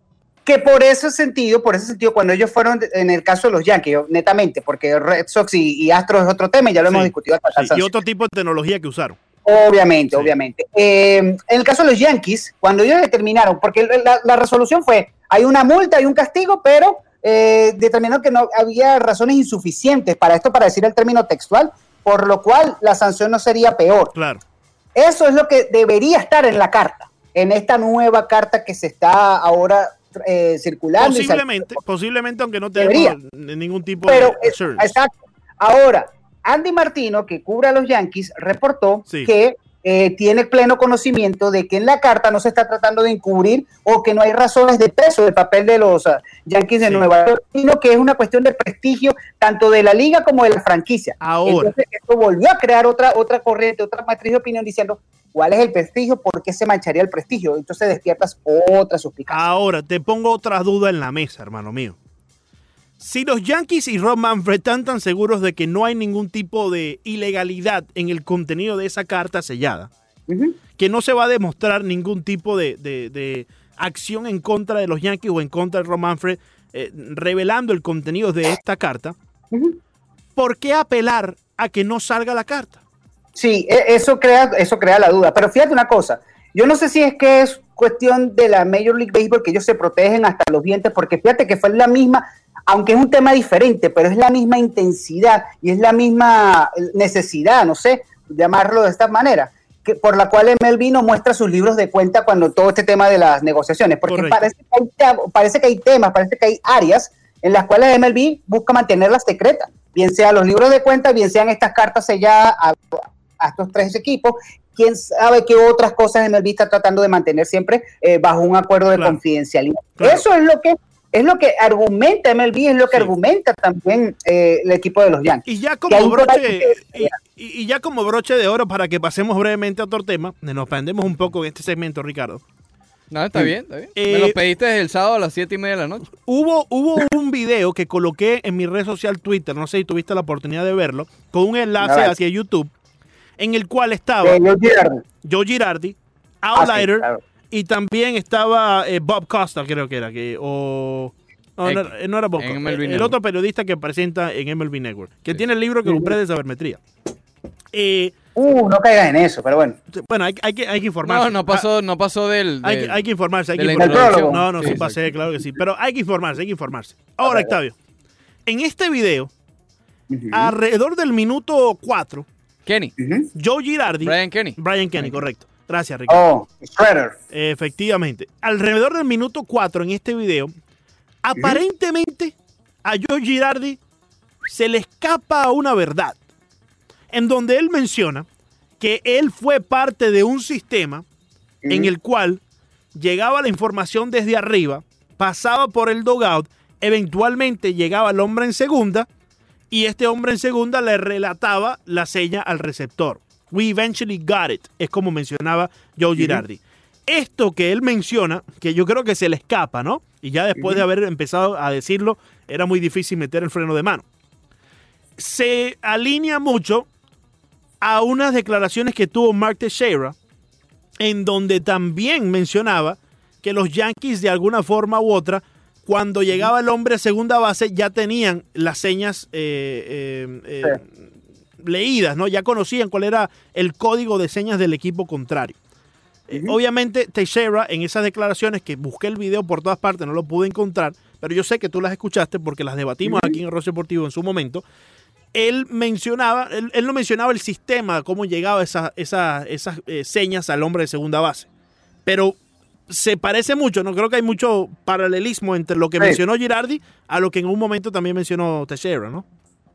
Speaker 9: que por ese sentido, por ese sentido, cuando ellos fueron, en el caso de los Yankees, yo, netamente, porque Red Sox y, y Astros es otro tema, y ya lo hemos
Speaker 2: Sí,
Speaker 9: discutido hasta el
Speaker 2: sí, y
Speaker 9: cansancio.
Speaker 2: otro tipo de tecnología que usaron.
Speaker 9: Obviamente,
Speaker 2: Sí.
Speaker 9: obviamente. Eh, en el caso de los Yankees, cuando ellos determinaron, porque la, la resolución fue, hay una multa, hay un castigo, pero eh, determinaron que no había razones insuficientes para esto, para decir el término textual, por lo cual la sanción no sería peor.
Speaker 2: Claro.
Speaker 9: Eso es lo que debería estar en la carta, en esta nueva carta que se está ahora eh, circulando. y saliendo.
Speaker 2: Posiblemente, posiblemente, aunque no
Speaker 9: Debería.
Speaker 2: tenemos n- ningún tipo
Speaker 9: Pero,
Speaker 2: de
Speaker 9: eh,
Speaker 2: assurance.
Speaker 9: exacto. Ahora, Andy Martino, que cubre a los Yankees, reportó
Speaker 2: Sí.
Speaker 9: que eh, tiene pleno conocimiento de que en la carta no se está tratando de encubrir o que no hay razones de peso del papel de los ah, Yankees de
Speaker 2: Sí.
Speaker 9: Nueva York, sino que es una cuestión de prestigio tanto de la liga como de la franquicia.
Speaker 2: Ahora.
Speaker 9: Entonces, esto volvió a crear otra, otra corriente, otra matriz de opinión diciendo cuál es el prestigio, por qué se mancharía el prestigio. Entonces despiertas otra suspicacia.
Speaker 2: Ahora, te pongo otra duda en la mesa, hermano mío. Si los Yankees y Rob Manfred están tan seguros de que no hay ningún tipo de ilegalidad en el contenido de esa carta sellada,
Speaker 9: Ujú.
Speaker 2: que no se va a demostrar ningún tipo de, de- de acción en contra de los Yankees o en contra de Rob Manfred, eh, revelando el contenido de esta carta,
Speaker 9: Ujú.
Speaker 2: ¿por qué apelar a que no salga la carta?
Speaker 9: Sí, e- eso crea, eso crea la duda. Pero fíjate una cosa, yo no sé si es que es cuestión de la Major League Baseball que ellos se protegen hasta los dientes, porque fíjate que fue la misma, aunque es un tema diferente, pero es la misma intensidad y es la misma necesidad, no sé, llamarlo de esta manera, que, por la cual MLB no muestra sus libros de cuenta cuando todo este tema de las negociaciones, porque
Speaker 2: Correcto.
Speaker 9: parece que, hay, tem- parece que hay temas, parece que hay áreas en las cuales MLB busca mantenerlas secretas, bien sean los libros de cuenta, bien sean estas cartas selladas a a estos tres equipos. Quién sabe qué otras cosas MLB está tratando de mantener siempre eh, bajo un acuerdo de
Speaker 2: Claro.
Speaker 9: confidencialidad.
Speaker 2: Claro.
Speaker 9: Eso es lo que es lo que argumenta MLB, es lo que
Speaker 2: Sí.
Speaker 9: argumenta también eh, el equipo de los Yankees.
Speaker 2: Y ya
Speaker 9: hay
Speaker 2: como
Speaker 9: un
Speaker 2: broche
Speaker 9: debate que-
Speaker 2: y, y- y ya como broche de oro para que pasemos brevemente a otro tema, nos prendemos un poco en este segmento, Ricardo.
Speaker 1: no, está bien, está bien.
Speaker 2: Eh,
Speaker 1: Me lo pediste desde el sábado a las siete y media de la noche.
Speaker 2: Hubo, hubo un video que coloqué en mi red social Twitter, no sé si tuviste la oportunidad de verlo, con un enlace
Speaker 9: Nada.
Speaker 2: hacia YouTube, en el cual estaba
Speaker 9: Eh, los Yankees.
Speaker 2: Joe Girardi,
Speaker 9: Ah, sí,
Speaker 2: Outlier,
Speaker 9: claro.
Speaker 2: y también estaba eh, Bob Costa, creo que era, que, o... No, no,
Speaker 1: X,
Speaker 2: no era Bob
Speaker 1: en
Speaker 2: Costa,
Speaker 1: MLB
Speaker 2: el- el
Speaker 1: Network.
Speaker 2: otro periodista que presenta en MLB Network, que tiene el libro que compré de sabermetría. Eh,
Speaker 9: Uh, no caigas en eso, pero bueno.
Speaker 2: bueno, hay, hay que, hay que informarse.
Speaker 1: No, no pasó, no pasó del.
Speaker 2: Ah, hay, que-
Speaker 1: del-
Speaker 2: hay que informarse. Hay
Speaker 1: de
Speaker 2: que
Speaker 1: la
Speaker 2: informarse.
Speaker 9: introducción.
Speaker 2: No, no,
Speaker 1: Sí,
Speaker 2: sí
Speaker 1: exacto.
Speaker 2: pasé, claro que sí. Pero hay que informarse, hay que informarse. Ahora, Octavio, en este video, alrededor del minuto 4,
Speaker 1: Kenny.
Speaker 9: Ujú.
Speaker 2: Joe Girardi.
Speaker 1: Brian Kenny.
Speaker 2: Brian Kenny, correcto. Gracias, Ricardo.
Speaker 9: Oh, Shredder.
Speaker 2: Efectivamente. Alrededor del minuto 4 en este video, aparentemente a Joe Girardi se le escapa una verdad. En donde él menciona que él fue parte de un sistema en el cual llegaba la información desde arriba pasaba por el dogout, eventualmente llegaba el hombre en segunda y este hombre en segunda le relataba la seña al receptor. We eventually got it, es como mencionaba Joe Girardi. Esto que él menciona, que yo creo que se le escapa, ¿no? Y ya después de haber empezado a decirlo, era muy difícil meter el freno de mano. Se alinea mucho a unas declaraciones que tuvo Mark Teixeira, en donde también mencionaba que los Yankees de alguna forma u otra, cuando llegaba el hombre a segunda base, ya tenían las señas eh, eh, eh, leídas, ¿no? Ya conocían cuál era el código de señas del equipo contrario. Eh, Obviamente, Teixeira, en esas declaraciones, que busqué el video por todas partes, no lo pude encontrar, pero yo sé que tú las escuchaste porque las debatimos aquí en Rocio Deportivo en su momento. Él mencionaba, él, él no mencionaba el sistema, cómo llegaba esa- esa- esas eh, señas al hombre de segunda base. Pero se parece mucho, no creo que hay mucho paralelismo entre lo que
Speaker 9: Sí.
Speaker 2: mencionó Girardi a lo que en un momento también mencionó Teixeira, ¿no?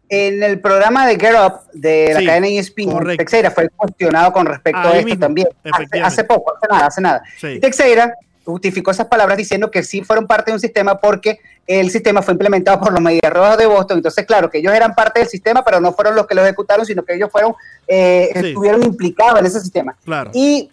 Speaker 9: En el programa de Get Up de la
Speaker 2: Sí,
Speaker 9: cadena E ESPN,
Speaker 2: correcto.
Speaker 9: Texeira fue cuestionado con respecto
Speaker 2: Ahí
Speaker 9: a esto
Speaker 2: mismo,
Speaker 9: también. Hace,
Speaker 2: efectivamente.
Speaker 9: hace poco, hace nada, hace nada.
Speaker 2: Sí.
Speaker 9: Y Texeira justificó esas palabras diciendo que sí fueron parte de un sistema porque el sistema fue implementado por los Medias Rojas de Boston. Entonces, claro, que ellos eran parte del sistema, pero no fueron los que lo ejecutaron, sino que ellos fueron, eh,
Speaker 2: Sí.
Speaker 9: estuvieron implicados en ese sistema.
Speaker 2: Claro.
Speaker 9: Y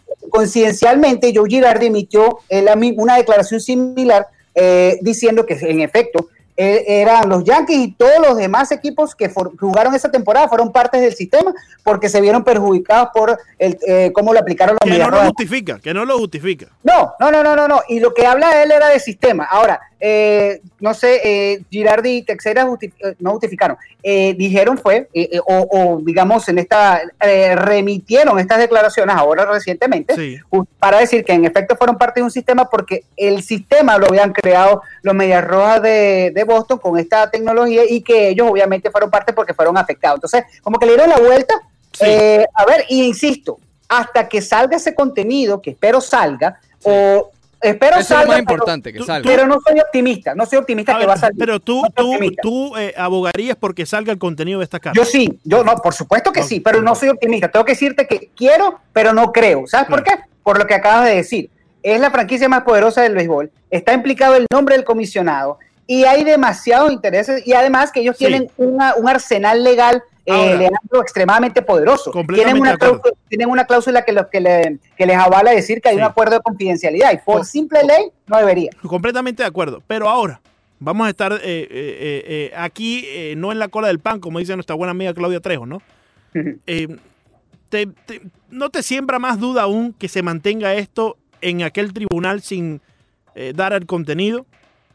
Speaker 9: coincidencialmente, Joe Girardi emitió eh, la mi- una declaración similar eh, diciendo que, en efecto, eh, eran los Yankees y todos los demás equipos que for- jugaron esa temporada fueron partes del sistema porque se vieron perjudicados por el, eh, cómo lo aplicaron los
Speaker 2: Que no
Speaker 9: Medias
Speaker 2: lo
Speaker 9: Rojas.
Speaker 2: justifica, que no lo justifica.
Speaker 9: No, no, no, no, no, no. Y lo que habla él era de sistema. Ahora, eh, no sé, eh, Girardi y Texera justi- eh, no justificaron. Eh, dijeron fue, eh, eh, o, o, digamos, en esta, eh, remitieron estas declaraciones ahora recientemente
Speaker 2: Sí.
Speaker 9: ju- para decir que en efecto fueron parte de un sistema porque el sistema lo habían creado los Medias Rojas de, de Boston con esta tecnología y que ellos obviamente fueron parte porque fueron afectados. Entonces, como que le dieron la vuelta.
Speaker 2: Sí.
Speaker 9: Eh, a ver, y insisto, hasta que salga ese contenido, que espero salga, o espero
Speaker 1: Eso es
Speaker 9: salga,
Speaker 1: lo más
Speaker 9: pero-
Speaker 1: importante, que
Speaker 2: tú-
Speaker 1: salga.
Speaker 9: Pero, no soy optimista, no soy optimista
Speaker 2: A
Speaker 9: que
Speaker 2: ver,
Speaker 9: va a salir.
Speaker 2: pero tú,
Speaker 9: No soy
Speaker 2: tú,
Speaker 9: optimista.
Speaker 2: tú eh, abogarías porque salga el contenido de esta carta.
Speaker 9: Yo sí, yo no, por supuesto que
Speaker 2: Ok,
Speaker 9: sí, pero no soy optimista. Tengo que decirte que quiero, pero no creo. ¿Sabes por qué?
Speaker 2: Claro.
Speaker 9: Por lo que acabas de decir. Es la franquicia más poderosa del béisbol. Está implicado el nombre del comisionado y hay demasiados intereses y además que ellos
Speaker 2: Sí.
Speaker 9: tienen una- un arsenal legal. eh,
Speaker 2: Ahora.
Speaker 9: Leandro, extremadamente poderoso.
Speaker 2: Completamente
Speaker 9: Tienen una,
Speaker 2: de acuerdo.
Speaker 9: cláusula, tienen una cláusula que, los, que, le- que les avala decir que hay
Speaker 2: Sí.
Speaker 9: un acuerdo de confidencialidad y por
Speaker 2: Co-
Speaker 9: simple ley no debería.
Speaker 2: Completamente de acuerdo. Pero ahora, vamos a estar eh, eh, eh, eh, aquí, eh, no en la cola del pan, como dice nuestra buena amiga Claudia Trejo, ¿no? Eh, te- te- ¿No te siembra más duda aún que se mantenga esto en aquel tribunal sin eh, dar el contenido?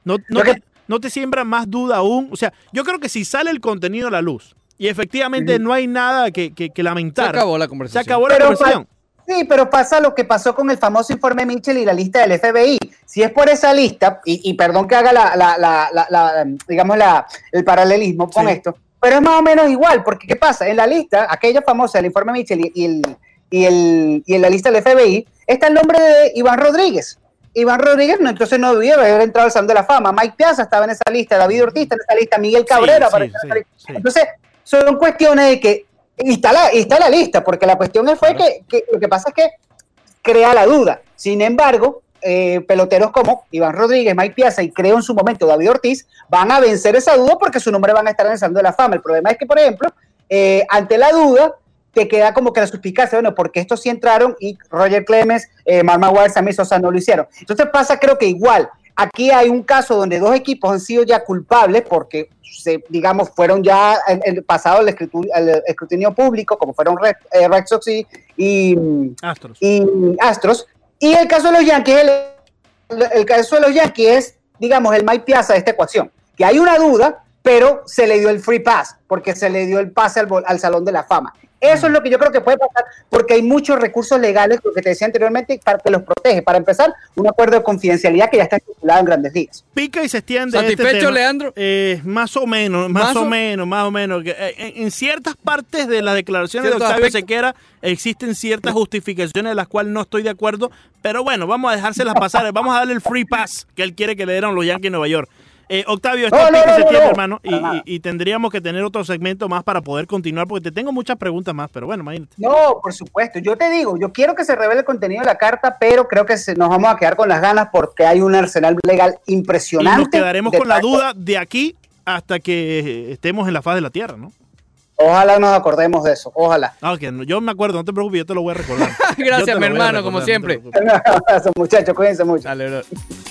Speaker 2: ¿No, no
Speaker 9: Lo que-
Speaker 2: te, no te siembra más duda aún? O sea, yo creo que si sale el contenido a la luz y efectivamente no hay nada que, que- que
Speaker 1: Se
Speaker 2: lamentar,
Speaker 1: acabó la
Speaker 2: se
Speaker 1: conversación.
Speaker 2: acabó la
Speaker 9: Pero
Speaker 2: conversación.
Speaker 9: Sí, pero pasa lo que pasó con el famoso informe Mitchell y la lista del FBI. Si es por esa lista, y, y perdón que haga la, la- la- la- la, digamos, la, el paralelismo con
Speaker 2: Sí.
Speaker 9: esto, pero es más o menos igual, porque ¿qué pasa? En la lista, aquella famosa, el informe Mitchell y, y el, y, el, y en la lista del FBI, está el nombre de Iván Rodríguez. Iván Rodríguez no, entonces no debió haber entrado al Salón de la Fama. Mike Piazza estaba en esa lista, David Ortiz está en esa lista, Miguel Cabrera
Speaker 2: Sí,
Speaker 9: apareció
Speaker 2: sí,
Speaker 9: en esa lista.
Speaker 2: sí, sí.
Speaker 9: Entonces, son cuestiones de que y está la, y está la lista, porque la cuestión es fue que, que lo que pasa es que crea la duda. Sin embargo, eh, peloteros como Iván Rodríguez, Mike Piazza y creo en su momento David Ortiz van a vencer esa duda porque su nombre van a estar en el Salón de la Fama. El problema es que, por ejemplo, eh, ante la duda te queda como que la suspicacia, bueno, porque estos sí entraron y Roger Clemens, eh, Mark McGuire, Sammy Sosa no lo hicieron. Entonces pasa creo que igual. Aquí hay un caso donde dos equipos han sido ya culpables porque, se, digamos, fueron ya el, el pasado el, escrutu- el escrutinio público, como fueron Red, eh, Red Sox y, y, mm,
Speaker 2: Astros.
Speaker 9: y Astros. Y el caso de los Yankees, el, el caso de los Yankees es, digamos, el Mike Piazza de esta ecuación. Que hay una duda, pero se le dio el free pass, porque se le dio el pase al, bol- al Salón de la Fama. Eso es lo que yo creo que puede pasar, porque hay muchos recursos legales, lo que te decía anteriormente, para que los protege. Para empezar, un acuerdo de confidencialidad que ya está estipulado en grandes ligas.
Speaker 2: pica y se extiende. este
Speaker 1: ¿Satisfecho,
Speaker 2: tema.
Speaker 1: Leandro?
Speaker 2: Eh, más o menos, más,
Speaker 1: Más
Speaker 2: o,
Speaker 1: o-
Speaker 2: menos, más o menos. Que, eh, En, en ciertas partes de las declaraciones de
Speaker 1: Ciertos
Speaker 2: Octavio
Speaker 1: aspectos.
Speaker 2: Sequera existen ciertas justificaciones de las cuales no estoy de acuerdo, pero bueno, vamos a dejárselas pasar. Vamos a darle el free pass que él quiere que le dieran los Yankees de Nueva York. Eh, Octavio, esta
Speaker 9: No, no,
Speaker 2: pica
Speaker 9: no,
Speaker 2: se
Speaker 9: no,
Speaker 2: tiene,
Speaker 9: no.
Speaker 2: hermano, y,
Speaker 9: Para nada.
Speaker 2: y- y tendríamos que tener otro segmento más para poder continuar, porque te tengo muchas preguntas más, pero bueno, imagínate.
Speaker 9: No, por supuesto. Yo te digo, yo quiero que se revele el contenido de la carta, pero creo que se- nos vamos a quedar con las ganas porque hay un arsenal legal
Speaker 2: Y
Speaker 9: impresionante.
Speaker 2: nos quedaremos
Speaker 9: de
Speaker 2: con la
Speaker 9: pactos.
Speaker 2: duda de aquí hasta que eh, estemos en la faz de la Tierra, ¿no?
Speaker 9: Ojalá nos acordemos de eso, ojalá.
Speaker 2: Ah, ok, no, yo me acuerdo, no te preocupes, yo te lo voy a recordar. Yo te
Speaker 1: Gracias,
Speaker 2: lo
Speaker 1: mi
Speaker 2: voy a
Speaker 1: hermano, como
Speaker 2: recordar, no te
Speaker 1: siempre.
Speaker 2: preocupes.
Speaker 9: Un abrazo, muchachos, cuídense mucho.
Speaker 1: Dale, bro.